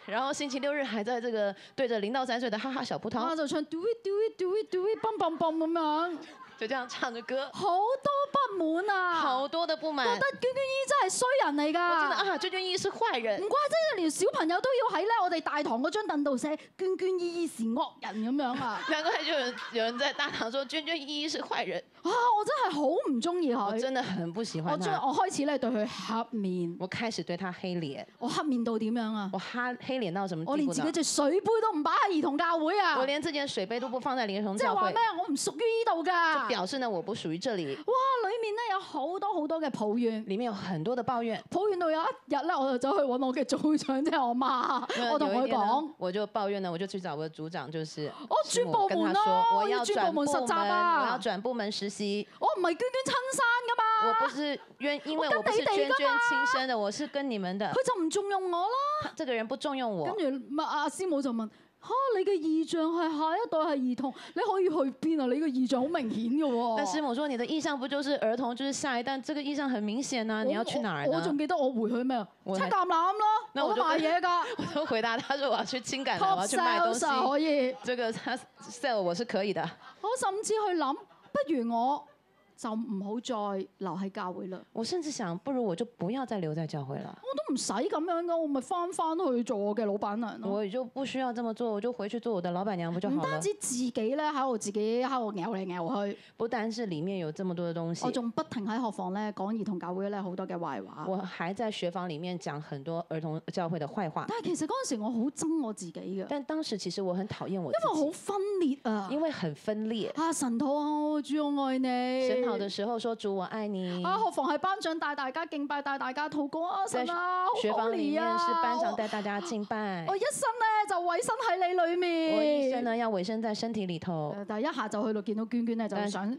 A: 然後星期六日還在這個對着零到三歲的哈哈小葡
B: 啊
A: 萄，
B: 就唱 do it do it do it do it bum bum bum 咁樣。
A: 就這樣唱着歌，
B: 好多不滿啊！
A: 好多的不滿。
B: 覺得
A: 我
B: 娟娟姨真係衰人嚟
A: 真的
B: 㗎，
A: 啊，娟娟依依是壞人
B: 唔。怪之連小朋友都要喺咧我哋大堂嗰張凳度寫娟娟姨姨是惡人咁樣 啊！
A: 難怪就有人有人在大堂說娟娟依依是壞人，
B: 啊，我真係好哦唔中意
A: 我
B: 佢，
A: 真的啊很不喜
B: 我
A: 歡
B: 將
A: 她。
B: 我開始咧對佢黑面，
A: 我開始對她黑臉，
B: 我黑面到點樣啊？
A: 我哈黑臉到什麼
B: 我
A: 地
B: 連
A: 步
B: 自
A: 呢
B: 己？隻水杯都唔擺喺兒童教會啊
A: 我！連 自己的水杯都不放在兒童
B: 即係
A: 教
B: 話
A: 會
B: 咩，？我唔屬於呢度㗎。
A: 表示呢我不屬於這裡。
B: 哇！裡面咧有好多好多嘅抱怨。
A: 里面有很多的抱怨。
B: 抱怨到有一日咧，我就走去揾我嘅組長，即係我媽，
A: 那
B: 哦我同哦
A: 有
B: 佢
A: 一天呢
B: 講。，
A: 我就抱怨呢，我就去找我的組長，就是
B: 我
A: 師
B: 轉
A: 母
B: 部
A: 跟
B: 門
A: 他說
B: 咯，
A: 我要
B: 轉
A: 轉
B: 部門實習
A: 我要
B: 啊！
A: 轉部門實習。
B: 我唔係娟娟親生噶嘛，
A: 我不是冤，因为
B: 啊
A: 我
B: 我跟
A: 不是
B: 你哋
A: 娟
B: 㗎
A: 娟亲生的，我是跟你们的。
B: 佢就唔重用我啦。
A: 他这个人不重用
B: 跟
A: 我，
B: 住咪阿師母就問：吓，你嘅意象係下一代係兒童，你可以去邊啊？你嘅意象好明顯嘅喎。
A: 但師母說你的意向不就是兒童，就是下一代，这个意向很明顯呐、
B: 我
A: 你要去哪儿
B: 我我
A: 呢
B: 仲？記得我回去咩啊？
A: 我
B: 七
A: 係
B: 橄欖
A: 那我
B: 咯，我
A: 就
B: 都賣 嘢㗎
A: 我都回答他说我要去青橄欖，我
B: ，top
A: 要去賣東
B: sales 啊
A: 西。
B: 可以。
A: 这个他 sell 我是可以的，
B: 我甚至去諗，不如我就唔好再留喺教會啦。
A: 我甚至想，不如我就不要再留在教会了，
B: 我都唔使咁樣㗎，我咪翻翻去做我嘅老闆娘咯。
A: 我也就不需要這麼做，我就回去啊做我的老闆娘不就
B: 唔
A: 好了
B: 單？止自己咧喺度自己喺度咬嚟咬去，
A: 不单是里面有這麼多的東
B: 我
A: 西，
B: 仲不停喺學房咧講兒童教會咧好多嘅壞話。
A: 我還在學房里面講很多兒童教會的壞話，
B: 但係其實嗰陣時我好憎我自己嘅，因為
A: 但當時其實我很討厭我自己
B: 好。分裂啊！
A: 因为很分裂。
B: 啊神徒啊，主我愛你。
A: 神跑的時候說主我愛你，
B: 哎啊學房係班長帶大家敬拜，帶大家禱告啊神啊，好哦
A: 學房裏
B: holy
A: 面
B: 啊！
A: 是班長
B: 我
A: 帶大家敬拜
B: 我，一生咧就委身喺你裏面。
A: 我一生呢要委身在身體裏頭，
B: 呃誒但係一下就去到見到娟娟咧，就 想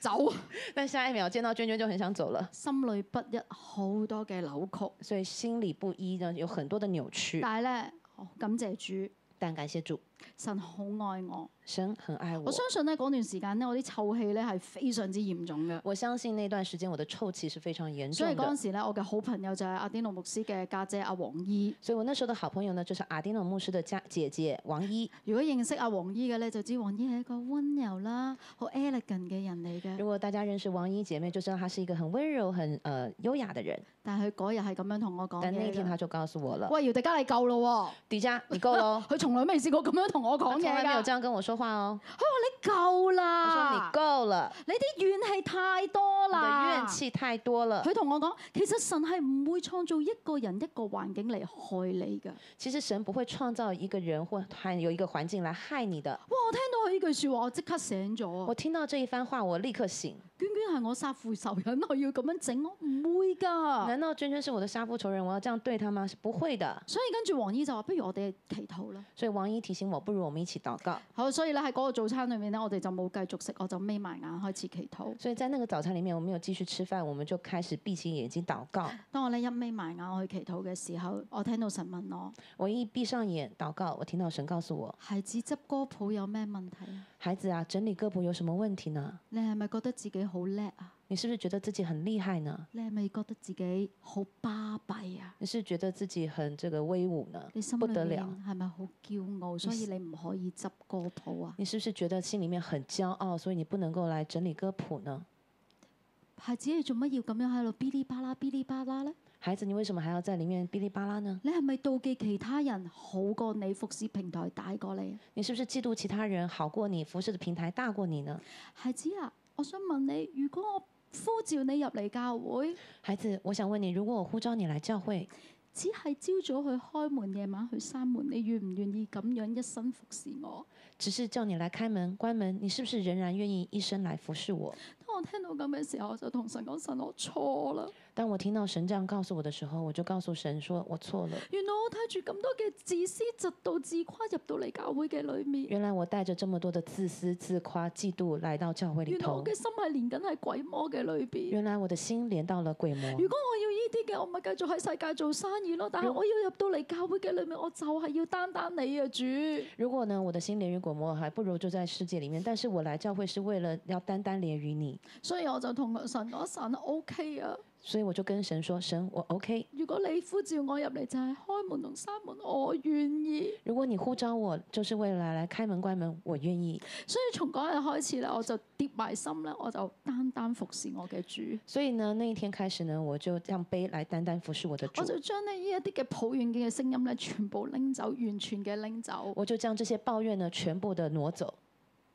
B: 走，
A: 但下一秒見到娟娟就很想走了，
B: 心裏不一，好多嘅扭曲。
A: 所以心理不一呢有很多的扭曲。
B: 但係咧，好感謝主，
A: 但感謝主，
B: 神好愛我。
A: 神很愛
B: 我
A: 我。
B: 相信咧嗰段時間咧，我啲臭氣咧係非常之嚴重嘅。
A: 我相信那段時間我的臭氣是非常嚴
B: 所以
A: 重
B: 嗰
A: 的，
B: 陣時咧，我嘅好朋友就係阿丁奴牧師嘅家姐阿黃姨。
A: 所以我那時候的好朋友呢就是阿迪諾牧師的家姐姐王一。
B: 如果認識阿黃姨嘅咧，就知黃姨係一個温柔啦、好 elegant 嘅人嚟嘅
A: 如。果大家認識王一姐妹，就知道她是一個很溫柔、很呃優雅的人。
B: 但係佢嗰日係咁樣同我講
A: 但那
B: 嘢
A: 天她
B: 㗎。
A: 就告訴我了，
B: 喂，姚迪嘉你夠咯
A: 迪迦你夠咯
B: 喎！，佢從來未試過咁樣同我
A: 她
B: 講
A: 從
B: 嘢
A: 來沒有
B: 㗎。
A: 這樣跟我說話哦。
B: 你夠
A: 我
B: 啦！
A: 說你夠了，
B: 你啲怨氣太多
A: 你的
B: 啦！嗯
A: 怨氣太多了。
B: 佢同我講，其實神係唔會創造一個人一個環境嚟害你㗎。哇！
A: 其實神不會創造一個人或還有一個環境來害你的。
B: 我聽到佢呢句説話，我即刻醒咗啊
A: 我。聽到這一番話，我立刻醒。
B: 娟娟係我殺父仇人，我要咁樣整，我唔會㗎。
A: 難道娟娟是我的殺父仇人？我要這樣對她嗎？是不會的。
B: 所以跟住黃姨就話：不如我哋祈禱啦。
A: 所以王一提醒我，不如我們一起禱告。
B: 好，所以咧喺嗰個早餐裏面咧，我哋就冇繼續食，我就眯埋眼開始祈禱。
A: 所以在那個早餐裡面，我沒有繼續吃飯，我們就開始閉起眼睛禱告。
B: 當我咧一眯埋眼我去祈禱嘅時候，我聽到神問我：
A: 我一閉上眼禱告，我聽到神告訴我：
B: 孩子執歌譜有咩問題啊？
A: 孩子啊，整理歌譜有什麼問題呢？
B: 你係咪覺得自己好叻啊？
A: 你是不是覺得自己很厲害呢？
B: 你係咪覺得自己好巴閉啊？
A: 你是覺得自己很這個威武呢？
B: 你心
A: 不
B: 裏
A: 得
B: 面
A: 了
B: 係咪好驕傲，所以
A: 是
B: 你唔可以執歌譜啊？
A: 你是不是覺得心裡面很驕傲，所以你不能夠來整理歌譜呢？
B: 孩子，你做乜要咁樣喺度噼哩啪啦噼哩啪啦呢？
A: 孩子，你為什麼還要在裡面嗶哩吧啦呢？
B: 你係咪妒忌其他人好過你，服侍平台大過你啊？
A: 你是不是嫉妒其他人好過你，服侍的平台大過你呢？
B: 孩子啊，我想問你，如果我呼召你入嚟教會，
A: 孩子，我想問你，如果我呼召你來教會，
B: 只係朝早去開門，夜晚去閂門，你願唔願意咁樣一生服侍我？
A: 只是叫你來開門、關門，你是不是仍然願意一生來服侍我？
B: 當我聽到咁嘅時候，我就同神講：神，我錯啦！
A: 當我聽到神這樣告訴我的時候，我就告訴神說：“我錯了。
B: 原來我睇住咁多嘅自私、嫉妒、自誇入到嚟教會嘅裏面。
A: 原來我帶着這麼多的自私、自誇、嫉妒來到教會裏
B: 原來我
A: 頭
B: 嘅。心係連緊喺鬼魔嘅裏邊。
A: 原來我的心連到了鬼魔
B: 如。果我要呢啲嘅，我咪繼續喺世界做生意咯。但係
A: 如
B: 我要入到嚟教會嘅裏面，我就係要單單你啊，主。
A: 如果呢，我的心連於鬼魔，還不如就在世界裡面。但是我來教會是為了要單單連於你，
B: 所以我就同神講：神，O K 啊。
A: 所以我就跟神說：神，我 OK。
B: 如果你呼召我入嚟，就係開門同閂門，我願意。
A: 如果你呼召我，就是為了來開門關門，我願意。
B: 所以從嗰日開始咧，我就跌埋心咧，我就單單服侍我嘅主。
A: 所以呢，那一天開始呢，我就讓杯來單單服侍我的主
B: 我。就將呢一啲嘅抱怨嘅聲音咧，全部拎走，完全嘅拎走。
A: 我就將這些抱怨呢，全部的挪走。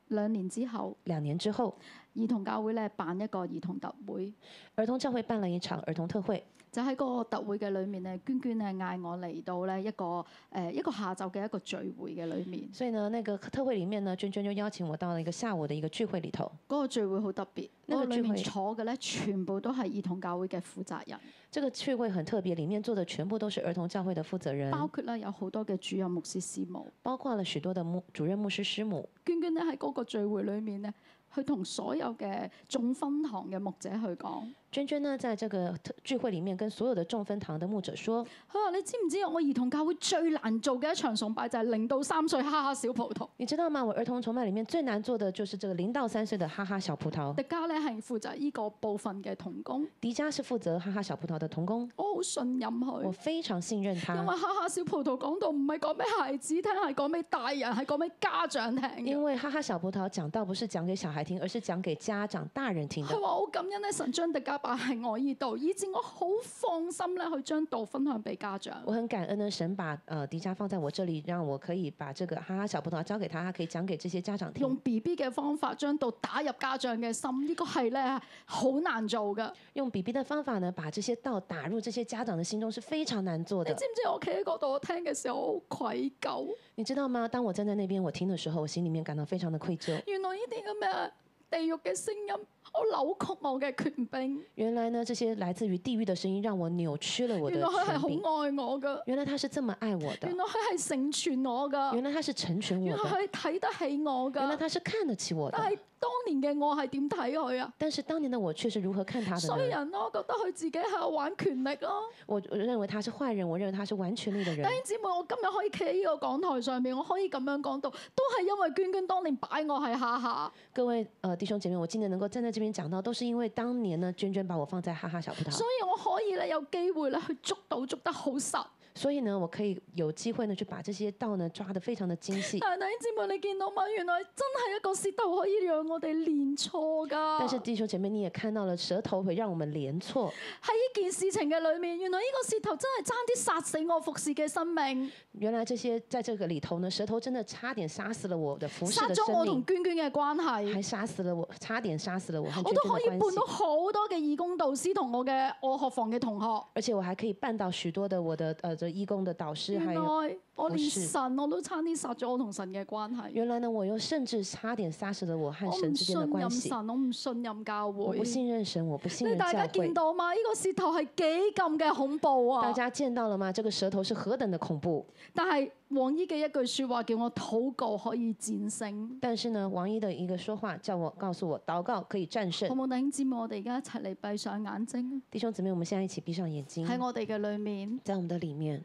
B: 兩年之後，
A: 兩年之後，
B: 兒童教會咧辦一個兒童特會，
A: 儿童教会办了一场儿童特会，
B: 就喺嗰個特會嘅裏面咧，娟娟咧嗌我嚟到咧一個誒、呃一個下晝嘅一個聚會嘅裏面，
A: 所以呢，那个特会里面呢，娟娟就邀请我到了一个下午的一个聚会里头。
B: 嗰、個聚會好特別，
A: 呢
B: 嗰
A: 個
B: 個
A: 聚
B: 裏
A: 會
B: 面坐嘅咧全部都係兒童教會嘅負責人，
A: 这个聚会很特别，里面坐的全部都是儿童教会的負責人，
B: 包括咧有好多嘅主任牧師師母。
A: 包括了許多的牧主任牧師師母。
B: 娟娟咧喺嗰個聚會裏面咧，去同所有嘅眾分堂嘅牧者去講，
A: 娟娟呢，在这个特聚會里面跟所有的眾分堂的牧者說，
B: 佢話：你知唔知我兒童教會最難做嘅一場崇拜就係零到三歲哈哈小葡萄。
A: 你知道嗎？我兒童崇拜裡面最難做的就是這個零到三歲的哈哈小葡萄。
B: 迪加咧係負責呢個部分嘅童工，
A: 迪迦是負責哈哈小葡萄的童工，
B: 我好信任
A: 我啊
B: 佢。
A: 非常信任
B: 因為
A: 他，
B: 哈哈小葡萄講到唔係講俾孩子聽，係講俾大人，係講俾家長聽嘅
A: 因。為哈哈小葡萄講道不是講給小孩聽，而是講給家長大人聽的
B: 佢。話好感恩咧，啊神將迪加擺喺我呢度，以至我好放心咧去將道分享俾家長。
A: 我很感恩的神把呃迪迦放在我這裡，讓我可以把這個哈哈小葡萄交給他，他可以講給這些家長聽
B: 用。B B 嘅方法將到打入家長嘅心，呢、個係咧好難做噶。
A: 用 BB 的方法呢，把这些道打入这些家长的心中是非常难做
B: 你
A: 的
B: 知。唔知我企喺嗰度，我聽嘅時候我好愧疚。
A: 你知道吗？当我站在那边我听的时候，我心里面感到非常的愧疚。
B: 原來呢啲咁嘅地獄嘅聲音，我扭曲我嘅權柄。
A: 原来呢，这些来自于地狱的声音让我扭曲了我的
B: 原來佢係
A: 权
B: 好
A: 柄。
B: 愛我噶，
A: 原来他是这么爱我的
B: 原，來佢係成全我噶，
A: 原来他是成全我
B: 原來
A: 的，
B: 佢睇得起我
A: 原来
B: 噶。
A: 他是看得起我
B: 但
A: 的。
B: 係當年嘅我係點睇佢啊？
A: 但是当年的我却是如何看他的
B: 衰
A: 呢？
B: 人咯，我覺得佢自己喺度玩權力咯。
A: 我我认为他是坏人，我认为他是完全力的
B: 弟
A: 人。
B: 兄姊妹，我今日可以企喺呢個講台上面，我可以咁樣講到，都係因為娟娟當年擺我喺下下。
A: 各位呃弟兄姐妹，我今天能够站在这边讲到，都是因为当年呢，娟娟把我放在哈哈小葡萄
B: 所，以我可以咧有機會咧去捉到捉得好實。
A: 所以呢，我可以有机会呢去把这些道呢抓得非常的精 细。
B: 但係弟兄姊妹，你見到嗎？原來真係一個舌頭可以讓我哋練錯㗎。
A: 但是弟兄姐妹，你也看到了，舌头会讓我們連錯。
B: 喺呢件事情嘅裏面，原來呢個舌頭真係爭啲殺死我服侍嘅生命，
A: 原來這些在這個裡頭呢，舌頭真的差點殺死了我的服侍
B: 殺
A: 的
B: 咗我
A: 生
B: 同
A: 命，
B: 娟娟嘅關係。
A: 還殺死了我，差點殺死了我和娟
B: 我都
A: 娟
B: 可以
A: 的關
B: 伴到
A: 係。
B: 好多嘅義工導師同我嘅我學房嘅同學。
A: 而且我還可以絆倒許多的我的呃這義工的導師，
B: 原
A: 還
B: 來
A: 有
B: 我
A: 服
B: 連
A: 侍
B: 神我都差啲殺咗我同神嘅關係。
A: 原來呢，我又甚至差點殺死了我和
B: 我
A: 神
B: 唔
A: 之
B: 信
A: 間的關
B: 任
A: 係。
B: 神，我唔信任教
A: 我
B: 會
A: 不。信任神，我不信
B: 你
A: 任
B: 大
A: 教
B: 家
A: 會
B: 見。到嘛？呢、個舌頭係幾咁嘅恐怖啊！
A: 大家見到了嗎？這個舌頭是何等的恐怖！
B: 但係黃衣嘅一句説話叫我禱告可以戰勝。
A: 但是呢，王一的一個說話叫我告訴我，禱告可以戰
B: 好
A: 勝。
B: 冇弟兄姊妹，我哋而家一齊嚟閉上眼睛，
A: 弟兄姊妹，我們現在一起閉上眼睛，
B: 喺我哋嘅裏面，
A: 在我們的裡面。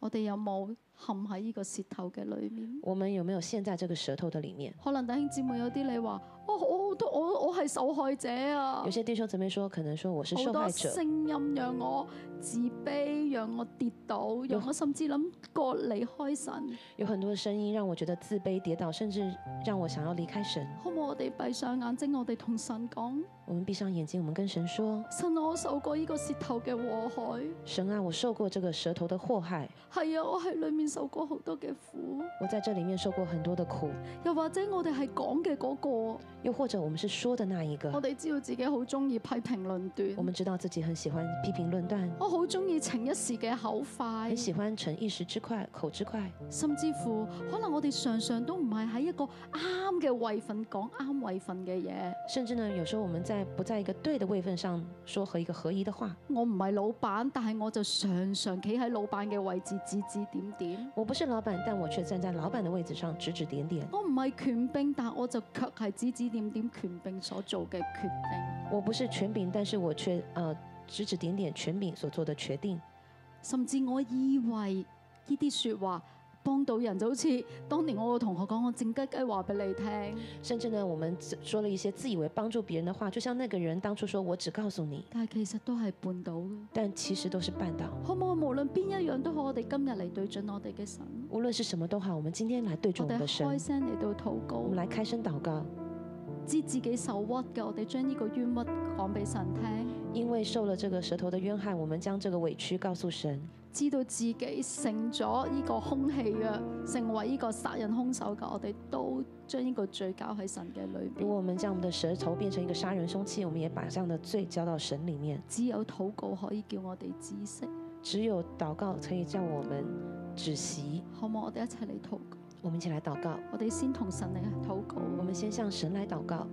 B: 我哋有冇陷喺呢個舌頭嘅裏面？
A: 我們有沒有陷在這個舌頭的裡面？
B: 可能弟兄姊妹有啲你話，我我都我我係受害者啊
A: 有！些弟兄姊妹說，可能說我是
B: 好
A: 受
B: 多
A: 害者，
B: 聲音讓我自卑，讓我跌倒，讓我甚至諗過離開神。
A: 有很多聲音讓我覺得自卑、跌倒，甚至讓我想要離開神。
B: 好冇？我哋閉上眼睛，我哋同神講：
A: 我們閉上眼睛，我們跟神說
B: 神，啊我受過呢個舌頭嘅禍害。：“
A: 神啊，我受過這個舌頭的禍害，
B: 係啊，我喺裏面受過好多嘅苦，
A: 我在這裡面受過很多的苦。
B: 又或者我哋係講嘅嗰個，
A: 又或者我們是說的那一個
B: 我，哋知道自己好中意批評論
A: 我
B: 斷，
A: 們知道自己很喜歡批評論斷，
B: 我好中意逞一時嘅口快
A: 很，喜歡逞一時之快、口之快，
B: 甚至乎可能我哋常常都唔係喺一個啱嘅位份講啱位份嘅嘢。
A: 甚至呢，有時候我們在不在一個對的位份上說和一個合宜的話。
B: 我唔係老闆，但係我就常常企喺老闆嘅位置指指點點。
A: 我不是老闆，但我卻站在老闆的位置上指指點點。
B: 我唔係權柄，但我就卻係指指點點權柄所做嘅決定，
A: 我不是权柄，但是我却呃指指点点权柄所做的决定。
B: 甚至我以為呢啲説話幫到人，就好似當年我個同學講，我靜雞雞話俾你聽，
A: 甚至呢，我们只说了一些自以为帮助别人的话，就像那个人当初说我只告诉你，
B: 但係其實都係絆倒嘅。
A: 但其实都是绊倒。
B: 可唔可以無論邊一樣都好，我哋今日嚟對準我哋嘅神，
A: 无论是什么都好，我们今天来对准
B: 我
A: 我们
B: 哋
A: 的神，
B: 開聲嚟到禱
A: 我
B: 告
A: 们，来开声祷告，
B: 知自己受屈嘅，我哋將呢個冤屈講俾神聽。
A: 因为受了这个舌头的冤害，我们将这个委屈告诉神。
B: 知道自己成咗呢個兇器啊，成為呢個殺人兇手嘅，我哋都將呢個罪交喺神嘅裏
A: 如
B: 邊。
A: 果我们将我们的舌头变成一个杀人凶器，我们也把这样的罪交到神里面。
B: 只有禱告可以叫我哋止息，
A: 只有祷告可以叫我们止息。
B: 好唔好？我哋一齊嚟禱告，
A: 我们一起来祷告，
B: 我哋先同神嚟禱告。
A: 我们先向神来祷告。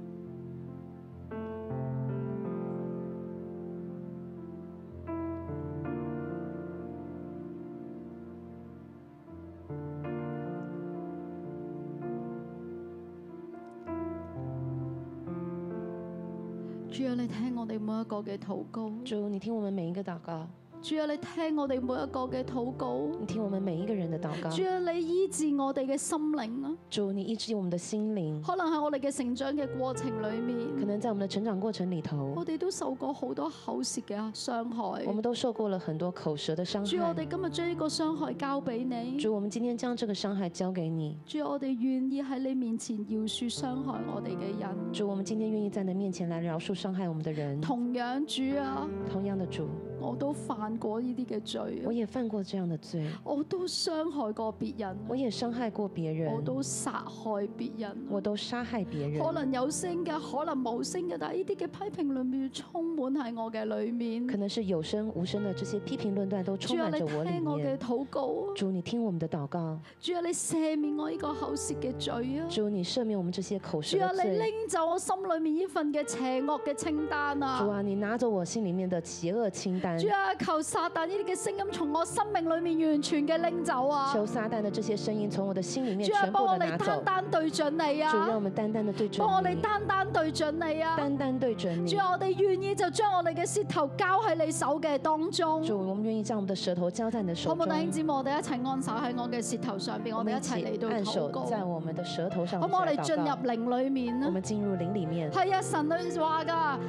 B: 主啊，你聽我哋每一個嘅禱告。
A: 主，你听我们每一个祷告，
B: 主啊，你聽我哋每一個嘅禱告。
A: 你听我们每一个人的祷告。
B: 主啊，你醫治我哋嘅心靈啊！
A: 主，你医治我们的心灵。
B: 可能喺我哋嘅成長嘅過程裏
A: 可
B: 面，
A: 能在我们的成长过程里头，
B: 我哋都受過好多口舌嘅傷害
A: 我。们都受过了很多口舌的伤
B: 主，啊我
A: 害。
B: 哋今日將呢個傷害交俾你。
A: 主，我们今天将这个伤害交给你。
B: 主，啊我哋願意喺你面前饒恕傷害我哋嘅人。
A: 主，我们今天愿意在你的面前来饶恕伤害我们的人。
B: 同樣，主啊，
A: 同样的，主，
B: 我都犯過呢啲嘅罪
A: 我
B: 啊，
A: 也犯过这样的罪，
B: 我都傷害過別人
A: 我
B: 啊，
A: 也伤害过别人
B: 我，都殺害別人啊。
A: 我都杀害别人。
B: 可能有聲嘅，可能冇聲嘅，但係呢啲嘅批評裏面充滿喺我嘅裏面
A: 可。能是有声无聲的这些批评论断都充
B: 主啊，
A: 满
B: 你
A: 着我里
B: 聽我嘅
A: 面。
B: 禱告啊！
A: 主，你听我们的祷告，
B: 主啊，你赦免我呢個口舌嘅罪啊！
A: 主，你赦免我们这些口舌
B: 主啊，
A: 的
B: 你
A: 罪。
B: 拎走我心裏面呢份嘅邪惡嘅清單
A: 主
B: 啊！
A: 啊，你拿走我心里面的邪恶清单，
B: 主啊，求撒旦呢啲嘅聲音從我生命裏面完全嘅拎走啊！
A: 求撒旦的这些聲音從我的心里面
B: 主啊，
A: 全
B: 幫
A: 部
B: 我
A: 的
B: 哋
A: 拿
B: 單
A: 走。
B: 單對準你
A: 主，讓我
B: 啊！
A: 们单单的对
B: 幫
A: 準
B: 我哋
A: 你，
B: 單單對準你啊！
A: 单单对准你
B: 主。啊，我哋願意就將我哋嘅舌頭交喺你手嘅當中。
A: 主，我们愿意将我们的舌头交在你的
B: 好
A: 手
B: 冇
A: 中
B: 弟，兄姊妹，我哋一齊安守喺我嘅舌頭上邊，我
A: 我
B: 哋
A: 们
B: 一
A: 一
B: 齊嚟
A: 起
B: 到
A: 按
B: 禱
A: 手
B: 告。
A: 在我们的舌頭上。
B: 好冇？我
A: 我
B: 哋進入
A: 入，
B: 靈裏面啊
A: 我
B: 啦。
A: 們進入靈里面。
B: 係啊，神女話噶，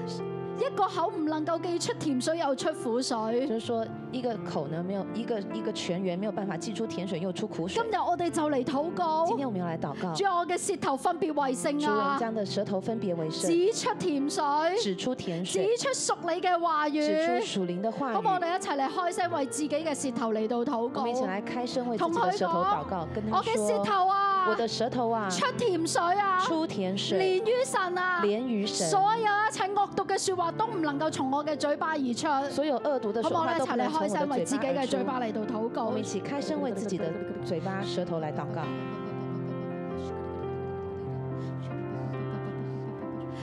B: 一個口唔能夠既出甜水又出苦水
A: 就。是說，一個口呢，没有一個一個泉源，没有辦法既出甜水又出苦水
B: 今。日我哋就嚟禱
A: 今
B: 告，
A: 天我們要來禱告，
B: 主我嘅舌頭分別為聖
A: 主我們
B: 啊，
A: 將的舌頭分別為聖，
B: 指出甜水，
A: 指出甜水，
B: 指出屬你嘅話
A: 指出
B: 語。
A: 屬靈的話
B: 好冇？我
A: 語。
B: 哋一齊嚟開聲為自己嘅舌頭嚟到禱
A: 我們一起來
B: 告。
A: 開聲為自己的舌頭禱告，跟他
B: 我嘅舌
A: 說：
B: 頭啊
A: 我，的舌頭啊，
B: 出甜水啊，
A: 出甜水。
B: 連於神啊。
A: 連於神，
B: 所有一切惡毒嘅説話都唔能夠從我嘅嘴巴而出。
A: 所有惡毒的
B: 好
A: 說
B: 唔好？我
A: 話
B: 哋
A: 都不
B: 一齊嚟
A: 能從
B: 開聲，
A: 我
B: 為
A: 的
B: 自
A: 嘴
B: 己
A: 巴而
B: 嘅
A: 出
B: 嘴。巴嚟到禱
A: 我
B: 告
A: 們一。起開聲為自己的嘴巴、舌頭來禱告。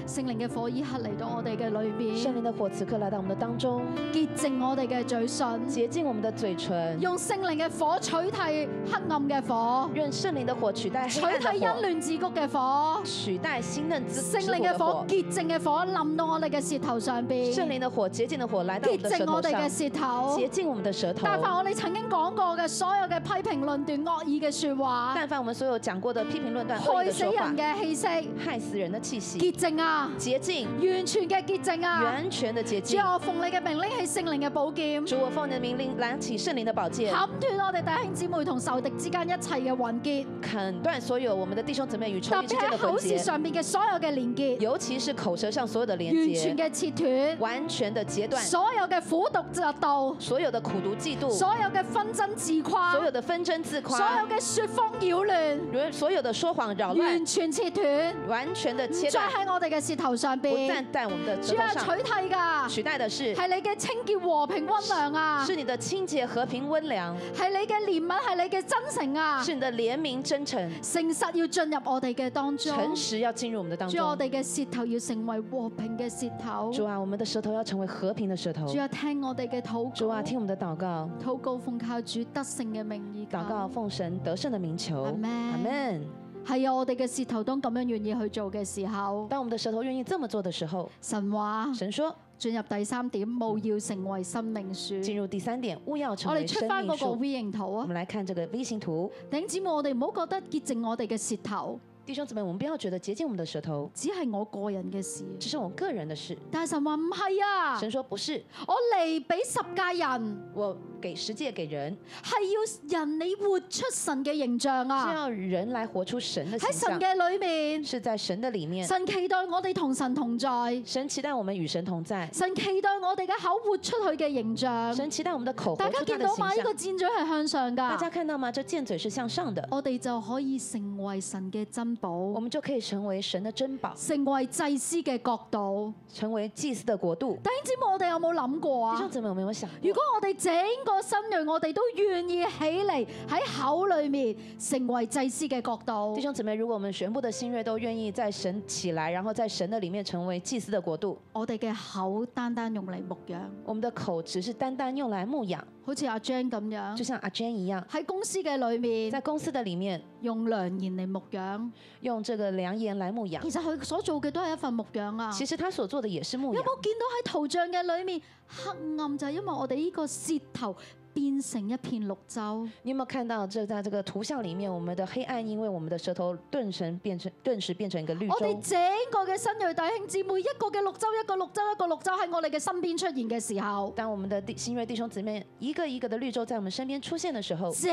B: 聖靈嘅火依刻嚟到我哋嘅裏
A: 聖
B: 邊，
A: 靈的火此刻來到我們的當中，
B: 潔淨我哋嘅嘴唇，
A: 潔淨我們的嘴唇，
B: 用聖靈嘅火取替黑暗嘅火，
A: 用聖靈的火取代
B: 取
A: 黑
B: 替
A: 暗
B: 欣
A: 的火，
B: 亂自谷嘅火。
A: 取代新嫩之
B: 聖
A: 之火
B: 靈嘅
A: 的
B: 火
A: 火，。
B: 潔淨嘅火淋到我哋嘅舌頭上邊，
A: 聖靈的火、潔淨的火來到我
B: 潔
A: 們的舌
B: 淨我
A: 頭
B: 哋
A: 上
B: 嘅，舌頭
A: 潔。淨我們的舌頭。
B: 但凡我哋曾經講過嘅所有嘅批評論斷惡意嘅説話，
A: 但凡我們所有講過的批評論斷、惡意
B: 害
A: 的
B: 死
A: 說法
B: 人、嘅氣息。
A: 害死人的氣息，
B: 潔淨啊，
A: 潔淨，
B: 完全嘅潔淨啊！
A: 完全的潔
B: 主
A: 淨。
B: 啊，我奉你嘅名拎起聖靈嘅寶劍，
A: 主，我奉你的命令，拿起聖靈的寶劍，
B: 砍斷我哋弟兄姊妹同仇敵之間一切嘅混結，
A: 砍斷所有我們的弟兄姊妹與仇
B: 特
A: 敵
B: 別
A: 之間
B: 喺
A: 的魂
B: 口舌
A: 結，
B: 上面嘅所有嘅連結，
A: 尤其是口舌上所有的連
B: 完全
A: 接，
B: 嘅切斷，
A: 完全的截斷
B: 所有嘅苦毒嫉妒，
A: 所有的苦毒、嫉妒，
B: 所有嘅紛爭自
A: 所有
B: 誇，
A: 的紛爭、自
B: 所有
A: 誇，
B: 嘅説謊擾亂，
A: 所所有的說謊、擾
B: 完
A: 亂，
B: 全切斷，
A: 完全的
B: 唔
A: 切
B: 再
A: 斷，
B: 喺我哋嘅舌頭上
A: 不
B: 邊。
A: 站在我們的舌
B: 主啊，
A: 頭上。
B: 取替㗎，
A: 取代的是
B: 係你嘅清潔、和平、温良啊，
A: 是你的清洁、和平、温良，
B: 係你嘅憐憫，係你嘅真誠啊。
A: 是你的怜悯、真诚、
B: 誠實要進入我哋嘅當中，
A: 诚实要进入我们的当
B: 主我
A: 中。
B: 哋嘅舌頭要成為和平嘅舌頭，
A: 主啊，我们的舌头要成为和平的舌头。
B: 主啊聽我哋嘅禱
A: 主啊，
B: 告，
A: 听我们的祷告，
B: 禱告奉靠主得勝嘅名義
A: 祷告奉神得胜的名求。
B: 阿門
A: 阿门。
B: 係啊，我哋嘅舌頭當咁樣願意去做嘅時候，
A: 当我们的舌头愿意这么做的时候，
B: 神話
A: 神说
B: 進入第三點，務要成為生命樹。
A: 进入第三
B: 哦
A: 点，勿要成
B: 我
A: 为
B: 哋出
A: 生
B: 翻
A: 命
B: 嗰個
A: 树。嗯
B: V 型圖
A: 我
B: 啊，
A: 们来看这个 V 型图，
B: 弟兄姊妹，我哋唔好覺得潔淨我哋嘅舌頭
A: 弟兄姊妹，我们不要觉得洁净我们的舌头，
B: 只係我個人嘅事，
A: 这是我个人的事。
B: 但係神話唔係啊，
A: 神说不是，
B: 我嚟俾十戒人，
A: 我给世界给人，
B: 係要人你活出神嘅形象
A: 是
B: 啊！
A: 要人来活出神的形
B: 喺神
A: 象，啊
B: 嘅裏面，
A: 是在神的里面。
B: 神期待我哋同神同在，
A: 神期待我们与神同在，
B: 神期待我哋嘅口活出佢嘅形象。
A: 神期待我们的口
B: 嗯大
A: 活出他
B: 家見
A: 的
B: 到嘛？
A: 形
B: 呢個
A: 象。
B: 箭嘴係向上
A: 大家
B: 㗎，
A: 看到吗？这箭嘴是向上的，
B: 我哋就可以成為神嘅珍
A: 我
B: 寶，
A: 们就可以成为神的珍宝，
B: 成為祭司嘅國度。
A: 成为祭司的国度。
B: 弟兄姊妹，我哋有冇諗過
A: 弟
B: 啊
A: 兄？姊妹，有没有想过？
B: 如果我哋整個新锐，我哋都願意起嚟喺口裏面成為祭司嘅國度
A: 弟。兄姊妹，如果我们全部的新锐都愿意在神起来，然后在神的里面成为祭司的国度，
B: 我哋嘅口單單用嚟牧養，
A: 我们的口只是单单用来牧养，
B: 好似阿 Jan 咁
A: 就
B: 樣
A: 像阿 Jane 一样，
B: 喺公司嘅裏面
A: 在公司的里面
B: 用良言嚟牧養。
A: 用这个良言来牧养
B: 其。實佢所做嘅都係一份牧養啊。
A: 其实他所做的也是牧
B: 有
A: 养。
B: 冇見到喺圖像嘅裏面黑暗就係因為我哋呢個舌頭變成一片綠洲，
A: 你有没有看到这在这个图像里面，我们的黑暗因为我们的舌头顿时变成顿时变成一个绿
B: 我哋
A: 洲。
B: 整個嘅新锐弟兄姊妹一個嘅綠洲，一個綠洲，一個綠洲喺我哋嘅身邊出現嘅時候。
A: 当我们的弟新锐弟兄姊妹一个一个的绿洲在我们身边出现的时候，
B: 整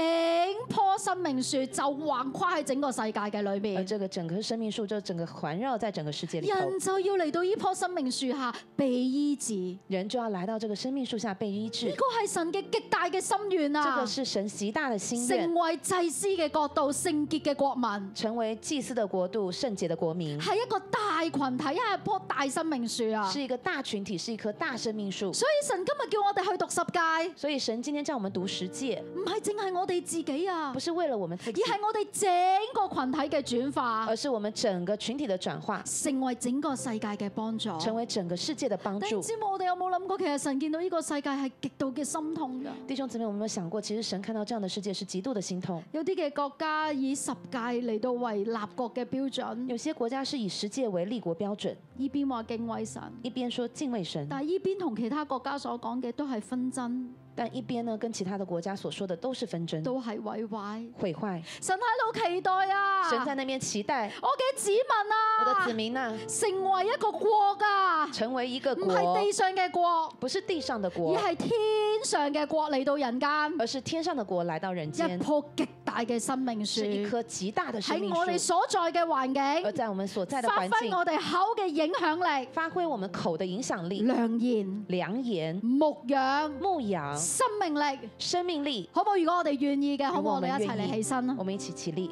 B: 棵生命樹就橫跨喺整個世界嘅裏
A: 而
B: 面，
A: 呃这个整棵生命树就整个环绕在整个世界里头，
B: 人就要嚟到呢棵生命樹下被醫治。呢
A: 人就要来到这个生命樹下被医治。
B: 個係神嘅極大嘅心願
A: 这
B: 啊
A: 个！是神极大的心
B: 成
A: 愿，
B: 為祭司嘅國度、聖潔嘅國民，
A: 成为祭司的国度、圣洁的国民，
B: 係一個大群體，係一棵大生命樹啊！
A: 是一个大群体，是一棵大生命树。
B: 所以神今日叫我哋去讀十戒，
A: 所以神今天叫我们读十诫，
B: 唔係淨係我哋自己啊
A: 不，是为了我们自
B: 而
A: 己，
B: 係我哋整個群體嘅轉化，
A: 而是我们整个群体的转化，
B: 成為整個世界嘅幫助。
A: 成为整个世界的帮
B: 弟兄
A: 助。
B: 姊妹，我哋有冇諗過，其實神見到呢個世界係極度嘅心痛㗎？
A: 弟兄姊妹，我们有没有想过，其实神看到这样的世界是极度的心痛。
B: 有啲嘅國家以十戒嚟到為立國嘅標準，
A: 有些国家是以十诫为立国标准，
B: 呢邊話敬畏神，
A: 一边说敬畏神，
B: 但係呢邊同其他國家所講嘅都係紛爭，
A: 但一边呢跟其他的国家所说的都是纷争、
B: 都係毀壞。
A: 毁坏。
B: 神喺度期待啊！
A: 神在那边期待
B: 我嘅子民
A: 我的
B: 啊，
A: 子民呐，
B: 成為一個國啊，
A: 成为一个
B: 唔
A: 国，
B: 係地上嘅國。
A: 不是地上的国
B: 而，係天上嘅國嚟到人間，
A: 而是天上的国来到人
B: 一
A: 间，
B: 棵極大嘅生命樹
A: 是，一棵极大的生
B: 喺
A: 命
B: 我哋
A: 树。
B: 所在嘅環
A: 而
B: 境，
A: 在我们所在的
B: 發
A: 环
B: 揮
A: 境，
B: 我哋口嘅影響
A: 发挥我们口的影响
B: 力、
A: 力，
B: 良言、
A: 良言、
B: 牧養、
A: 牧养、
B: 生命力，
A: 生命力。
B: 好唔好？如果我哋願意嘅，好
A: 如
B: 唔好？
A: 果
B: 我
A: 我
B: 哋
A: 們
B: 一齊
A: 願
B: 嚟
A: 意
B: 起身啦！
A: 我们一起起立，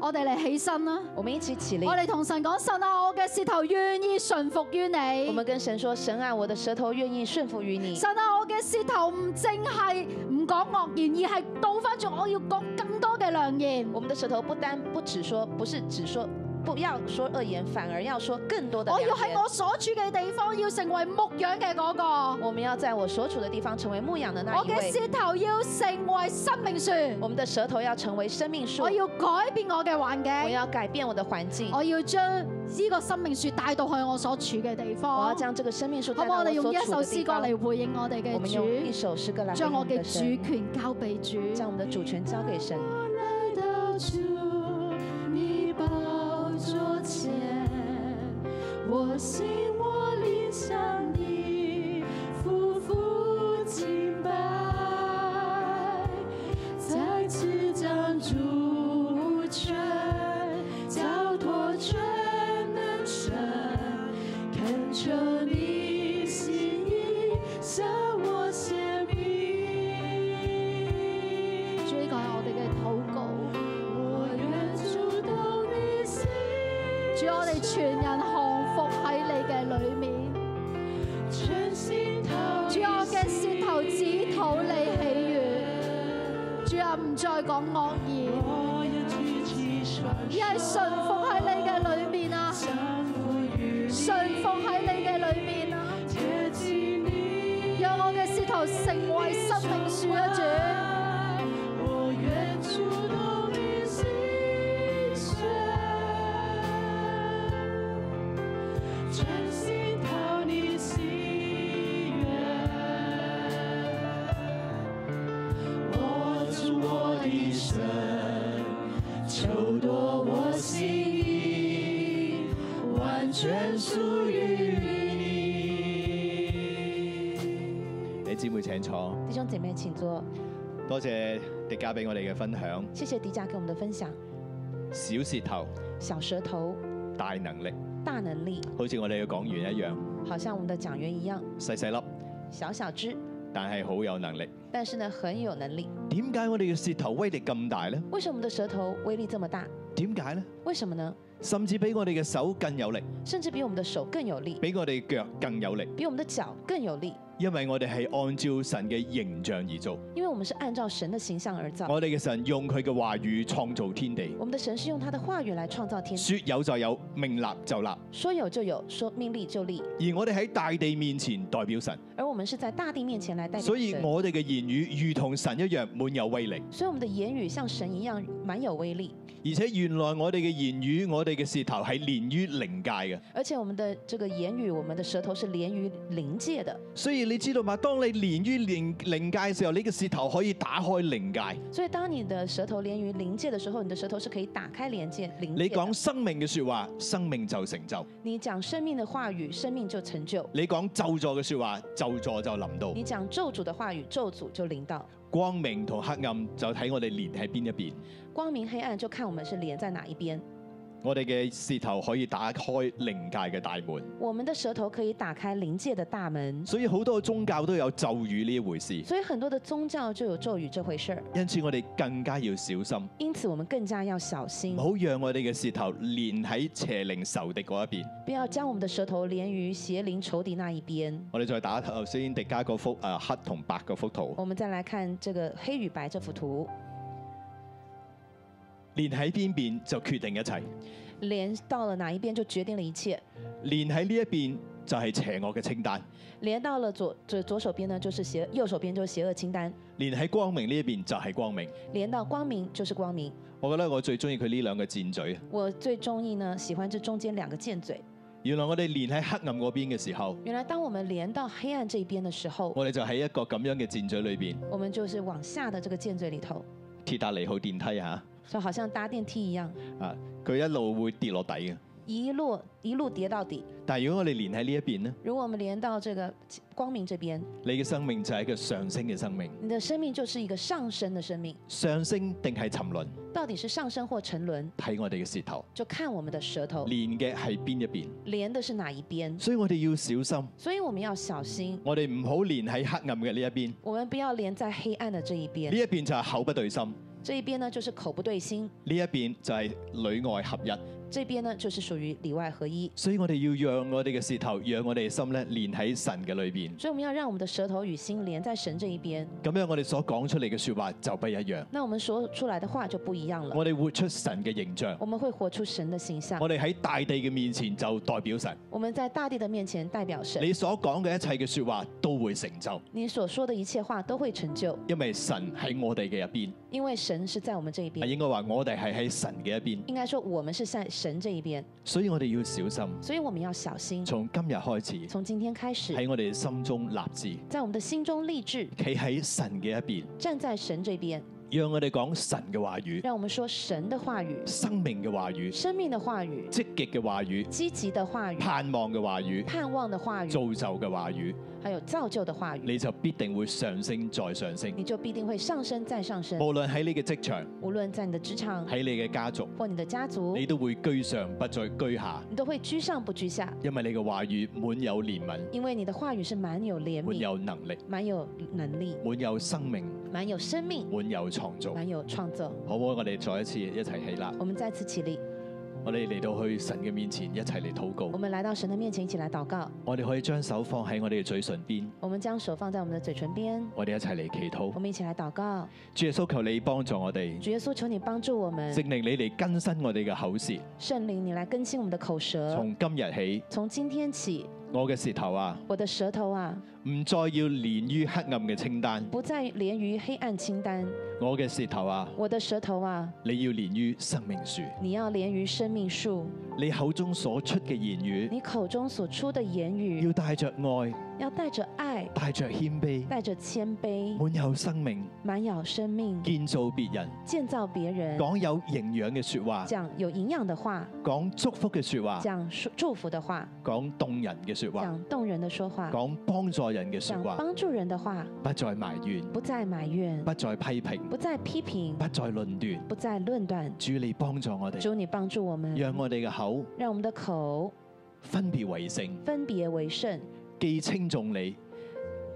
B: 我哋嚟起身啦！
A: 我们一起起立
B: 我。哋同神講：神啊，我嘅舌頭願意順服於
A: 我
B: 你
A: 们。跟神说：“神啊，我的舌头愿意顺服于你。
B: 神啊，我嘅舌頭唔淨係唔講惡言，而係倒翻轉，我要講更多嘅良言。”
A: 我们的舌头不单不只说，不是只说不要说恶言，反而要说更多的
B: 我要
A: 良
B: 喺
A: 言。
B: 我所處嘅地方，要成為牧羊嘅嗰、個。
A: 我们要在我所处的地方成为牧羊的那
B: 我
A: 一
B: 嘅
A: 位。
B: 舌頭要成為生命樹，
A: 我们的舌头要成为生命树
B: 我。要改變我嘅環
A: 我
B: 境，
A: 要改变我的环境，
B: 我要將呢個生命樹帶到去我所處嘅地
A: 我要
B: 方。
A: 將這個生命樹
B: 好
A: 帶
B: 唔好？
A: 到
B: 我哋
A: 我
B: 用一首
A: 所處的
B: 詩
A: 地
B: 歌
A: 方。
B: 嚟回應我哋
A: 我
B: 嘅
A: 們用一
B: 主，
A: 首詩歌來
B: 將我
A: 回
B: 嘅
A: 應神，
B: 主權交俾主。
A: 將我們的主權交給神。
B: 來到主你寶座前，我心我靈向你匍匐敬拜，再次将主權交託全能神，懇求你心意向我顯明。主呢個係我哋嘅禱告。
D: 我愿主动你心，
B: 主，我哋全人降服喺你嘅裏面。
D: 全心投入
B: 主，我嘅舌頭指討你喜悦。主啊，唔再講惡言，
D: 我要举起双手，
B: 而係順服喺你嘅裏面啊！
D: 降服于你，
B: 順服喺你嘅裏面啊！
D: 贴近你。
B: 讓我嘅舌頭成為生命樹啊！主，
D: 我愿主动你心弦，全心讨你喜悦。握住我的神，求夺我心意，完全属于你。弟姊妹請坐，
A: 弟兄姐妹，请坐。
D: 多謝迪加俾我哋嘅分享。
A: 谢谢迪迦给我们的分享。
D: 小舌頭，
A: 小舌头，
D: 大能力，
A: 大能力，
D: 好似我哋嘅講員一樣，
A: 好像我们的讲员一样，
D: 細細粒，
A: 小小只，
D: 但係好有能力。
A: 但是呢很有能力。
D: 點解我哋嘅舌頭威力咁大呢？
A: 为什么我们的舌头威力这么大？
D: 點解呢？
A: 为什么呢？
D: 甚至比我哋嘅手更有力，
A: 甚至比我们的手更有力，
D: 比我哋腳更有力，
A: 比我们的脚更有力，
D: 因為我哋係按照神嘅形象而做。
A: 因为我们是按照神的形象而造。
D: 我哋嘅神用佢嘅話語創造天地，
A: 我们的神是用他的话语来创造天地，
D: 說有就有，命立就立。
A: 说有就有，说命立就立。
D: 而我哋喺大地面前代表神，
A: 而我们是在大地面前来代表
D: 所以
A: 神，
D: 我哋嘅言語如同神一樣滿有威力。
A: 所以我们的言语像神一样蛮有威力，
D: 而且原來我哋嘅言語，我哋嘅舌頭係連於靈界嘅。
A: 而且我们的这个言语，我们的舌头是连于灵界的。
D: 所以你知道嘛？當你連於靈靈界嘅時候，你嘅舌頭可以打開靈界。
A: 所以当你的舌头连于灵界的时候，你的舌头是可以打开连接灵
D: 你
A: 界的
D: 講。生命嘅说話，生命就成就；
A: 你讲生命的话语，生命就成就；
D: 你講咒詛嘅说話，咒詛就臨到。
A: 你讲咒诅的话语，咒诅就临到。
D: 光明同黑暗就睇我哋連喺邊一邊。
A: 光明黑暗就看我们是连在哪一边。
D: 我哋嘅舌頭可以打開靈界嘅大門。
A: 我们的舌头可以打开灵界的大门，
D: 所以好多宗教都有咒語呢一回事。
A: 所以很多的宗教就有咒语这回事儿。
D: 因此我哋更加要小心，
A: 因此，我们更加要小心
D: 唔，好讓我哋嘅舌頭連喺邪靈仇敵嗰一邊。
A: 不要将我们的舌头连于邪灵仇敌那一边。
D: 我哋再打頭先迪加嗰幅誒黑同白嗰幅圖，
A: 我们再来看这个黑与白这幅图，
D: 連喺邊邊就決定一切，
A: 连到了哪一边就决定了一切。
D: 連喺呢一邊就係邪惡嘅清單，
A: 连到了左左左手边呢，就是邪；右手边就是邪恶清单。
D: 連喺光明呢一邊就係光明。
A: 连到光明就是光明。
D: 我覺得我最中意佢呢兩個箭嘴。
A: 我最中意呢，喜歡这中間兩個箭嘴。
D: 原來我哋連喺黑暗嗰邊嘅時候，
A: 原來當我們連到黑暗這邊的時候，
D: 我哋就喺一個咁樣嘅箭嘴裏邊，
A: 我們就是往下的這個箭嘴裡頭，
D: 鐵達尼號電梯嚇，
A: 就好像搭電梯一樣，
D: 啊，佢一路會跌落底嘅。
A: 一路一路跌到底。
D: 但係如果我哋連喺呢一邊呢，
A: 如果我們連到這個光明這邊，
D: 你嘅生命就係一個上升嘅生命，
A: 你的生命就是一個上升的生命，
D: 上升定係沉淪，
A: 到底是上升或沉淪，
D: 睇我哋嘅舌頭，
A: 就看我們的舌頭
D: 連嘅係邊一邊。
A: 連的是哪一邊。
D: 所以我哋要小心，
A: 所以我們要小心，
D: 我哋唔好連喺黑暗嘅呢一邊，呢
A: 我們不要連在黑暗的這一邊。
D: 一邊就係口不對心，呢
A: 這一邊呢就是口不對心，
D: 一邊就係裏外合一。
A: 這邊呢就是屬於裡外合一。
D: 所以我哋要讓我哋嘅舌頭，讓我哋嘅心咧，連喺神嘅裏邊。
A: 所以我们要讓我們的舌頭與心連在神這一邊，
D: 咁樣我哋所講出嚟嘅説話就不一樣。
A: 那我們說出來的話就不一樣了。
D: 我哋活出神嘅形象，
A: 我們會活出神的形象，
D: 我哋喺大地嘅面前就代表神。
A: 我們在大地的面前代表神。
D: 你所講嘅一切嘅説話都會成就，
A: 你所說的一切話都會成就，
D: 因為神喺我哋嘅入邊。
A: 因為神是在我們這一
D: 係
A: 邊。
D: 應該話我哋係喺神嘅一邊，
A: 應該說我們是在神這一邊，
D: 所以我哋要小心。
A: 所以我們要小心。
D: 從今日開始，
A: 從今天開始，
D: 喺我哋心中立志，企
A: 在我們的心中立志，
D: 喺神嘅一邊，
A: 站在神這邊，
D: 讓我哋講神嘅話語、
A: 讓我們說神的話語、
D: 生命嘅話語、
A: 生命的話語、
D: 積極嘅話語、
A: 積極的話語、
D: 盼望嘅話語、
A: 盼望的話語，
D: 造就嘅話語，
A: 還有造就的話語，
D: 你就必定會上升再上升。
A: 你就必定會上升再上升。
D: 無論喺你嘅職場、
A: 無論在你的職場
D: 喺你嘅家族，
A: 或你的家族，
D: 你
A: 你
D: 都會居上不再居下，
A: 都會居上不居下，
D: 因為你嘅話語滿有憐憫、
A: 因為你的話語是滿有憐
D: 滿
A: 憫、
D: 有能力、
A: 滿有能力、
D: 滿有生命、
A: 滿有生命、
D: 滿有創造。
A: 滿有創造。
D: 好唔好？我哋再一次一齊起立。
A: 我們再次起立，
D: 我哋嚟到去神嘅面前，一齊嚟禱
A: 我
D: 告。
A: 們來到神的面前，一起來禱告。
D: 我哋可以將手放喺我哋嘅嘴唇邊，
A: 我們將手放在我們的嘴唇邊，
D: 我哋一齊嚟祈
A: 我
D: 禱。
A: 們一起來禱告。
D: 主耶穌，求你幫助我哋，
A: 主耶穌，求你幫助我們
D: 聖，靈你嚟更新我哋嘅口舌。
A: 聖靈，你來更新我們的口舌。
D: 從今日起，
A: 從今天起，
D: 我嘅舌頭啊，
A: 我的舌頭啊，
D: 唔再要連於黑暗嘅清單；
A: 不再連於黑暗清單；
D: 我嘅舌頭啊，
A: 我的舌頭啊，
D: 你要連於生命樹。
A: 你要連於生命樹。
D: 你口中所出嘅言語，
A: 你口中所出的言語
D: 要帶着愛、
A: 要带着爱，
D: 帶着謙卑，
A: 带着谦卑，
D: 滿有生命，
A: 满有生命，
D: 建造別人，
A: 建造别人，
D: 講有營養嘅説話，
A: 讲有营养的话，
D: 講祝福嘅説話，
A: 讲祝祝福的话，
D: 講動人嘅説話，
A: 讲动人的说话，
D: 講幫助人嘅説
A: 讲
D: 話，
A: 帮助人的话，
D: 不再埋怨，
A: 不再埋怨，
D: 不再批評，
A: 不再批评，
D: 不再論斷。
A: 不再论断。
D: 主你幫助我哋，
A: 主，你帮助我们，
D: 讓我哋嘅口
A: 让我们的口
D: 分別為聖，
A: 分别为圣，
D: 既稱重你，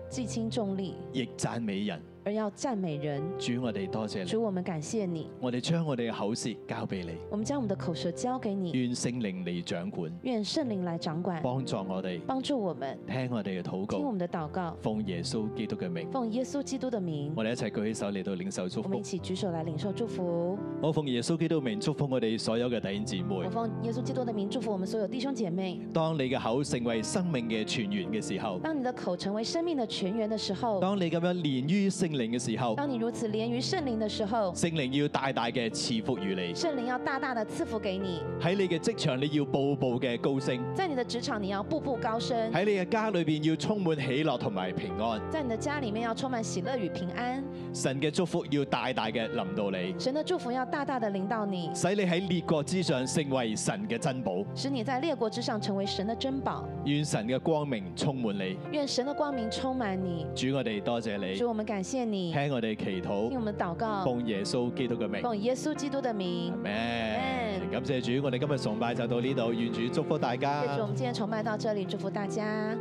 A: 既轻重利，
D: 亦讚美人。
A: 而要赞美人。
D: 主我哋多謝你，
A: 主，我们感谢你，
D: 我哋將我哋嘅口舌交俾你，
A: 我们将我们的口舌交给你，
D: 願聖靈你掌管，
A: 愿圣灵来掌管，
D: 幫助我哋，
A: 帮助我们，
D: 聽我哋嘅禱
A: 听我
D: 告，
A: 们的祷告，
D: 奉耶穌基督嘅名，
A: 奉耶稣基督的名，
D: 我哋一齊舉起手嚟到領受祝
A: 我们
D: 福
A: 一。起举手来领受祝福。
D: 我奉耶穌基督嘅名祝福我哋所有嘅弟兄姊
A: 我
D: 妹。
A: 奉耶稣基督的名祝福我们所有弟兄姐妹。
D: 當你嘅口成為生命嘅泉源嘅時候，
A: 当你的口成为生命的泉源的时候，
D: 當你咁樣連於聖靈嘅時候，
A: 当你如此连于圣灵的时候，
D: 聖靈要大大嘅賜福於你。
A: 圣灵要大大的赐福给你，
D: 喺你嘅職場，你要步步嘅高升；
A: 在你的职场你要步步高升，
D: 喺你嘅家裏邊要充滿喜樂同埋平安。
A: 在你的家里面要充满喜乐与平安。
D: 神嘅祝福要大大嘅臨到你，
A: 神的祝福要大大的临到你，
D: 使你喺列國之上成為神嘅珍寶。
A: 使你在列国之上成为神的珍宝。
D: 願神嘅光明充滿你。
A: 愿神的光明充满你。
D: 主，我哋多謝你，
A: 主，我们感谢你，
D: 聽我哋祈
A: 听
D: 禱，
A: 我们祷告，
D: 奉耶穌基督嘅名。
A: 奉耶稣基督的名。
D: Amen。感謝主，我哋今日崇拜就到呢度，願主祝福大家
A: 谢。谢我们今天崇拜到这里，祝福大家。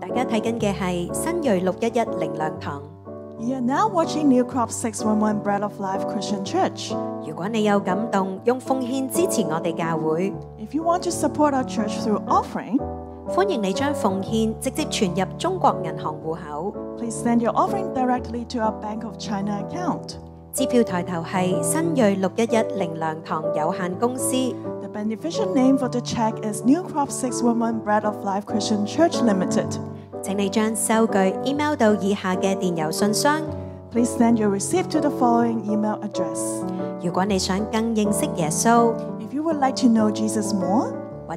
E: 大家睇緊嘅係新锐六一一零亮堂。
F: You are now watching New Crop 611 Bread of Life Christian Church.
E: 如果你有感動，用奉獻支持我哋教會，
F: If you want to support our church through offering,
E: 歡迎你將奉獻直接存入中國銀行户口。
F: please send your offering directly to our Bank of China account.
E: 支票抬頭係新锐六一一零亮堂有限公司，
F: The beneficial name for the check is New Crop 611 Bread of Life Christian Church Limited.
E: 請你將收據 email 到以下嘅電郵信箱。
F: Please send your receipt to the following email address.
E: 如果你想更認識耶穌，
F: If you would like to know Jesus more,
E: 或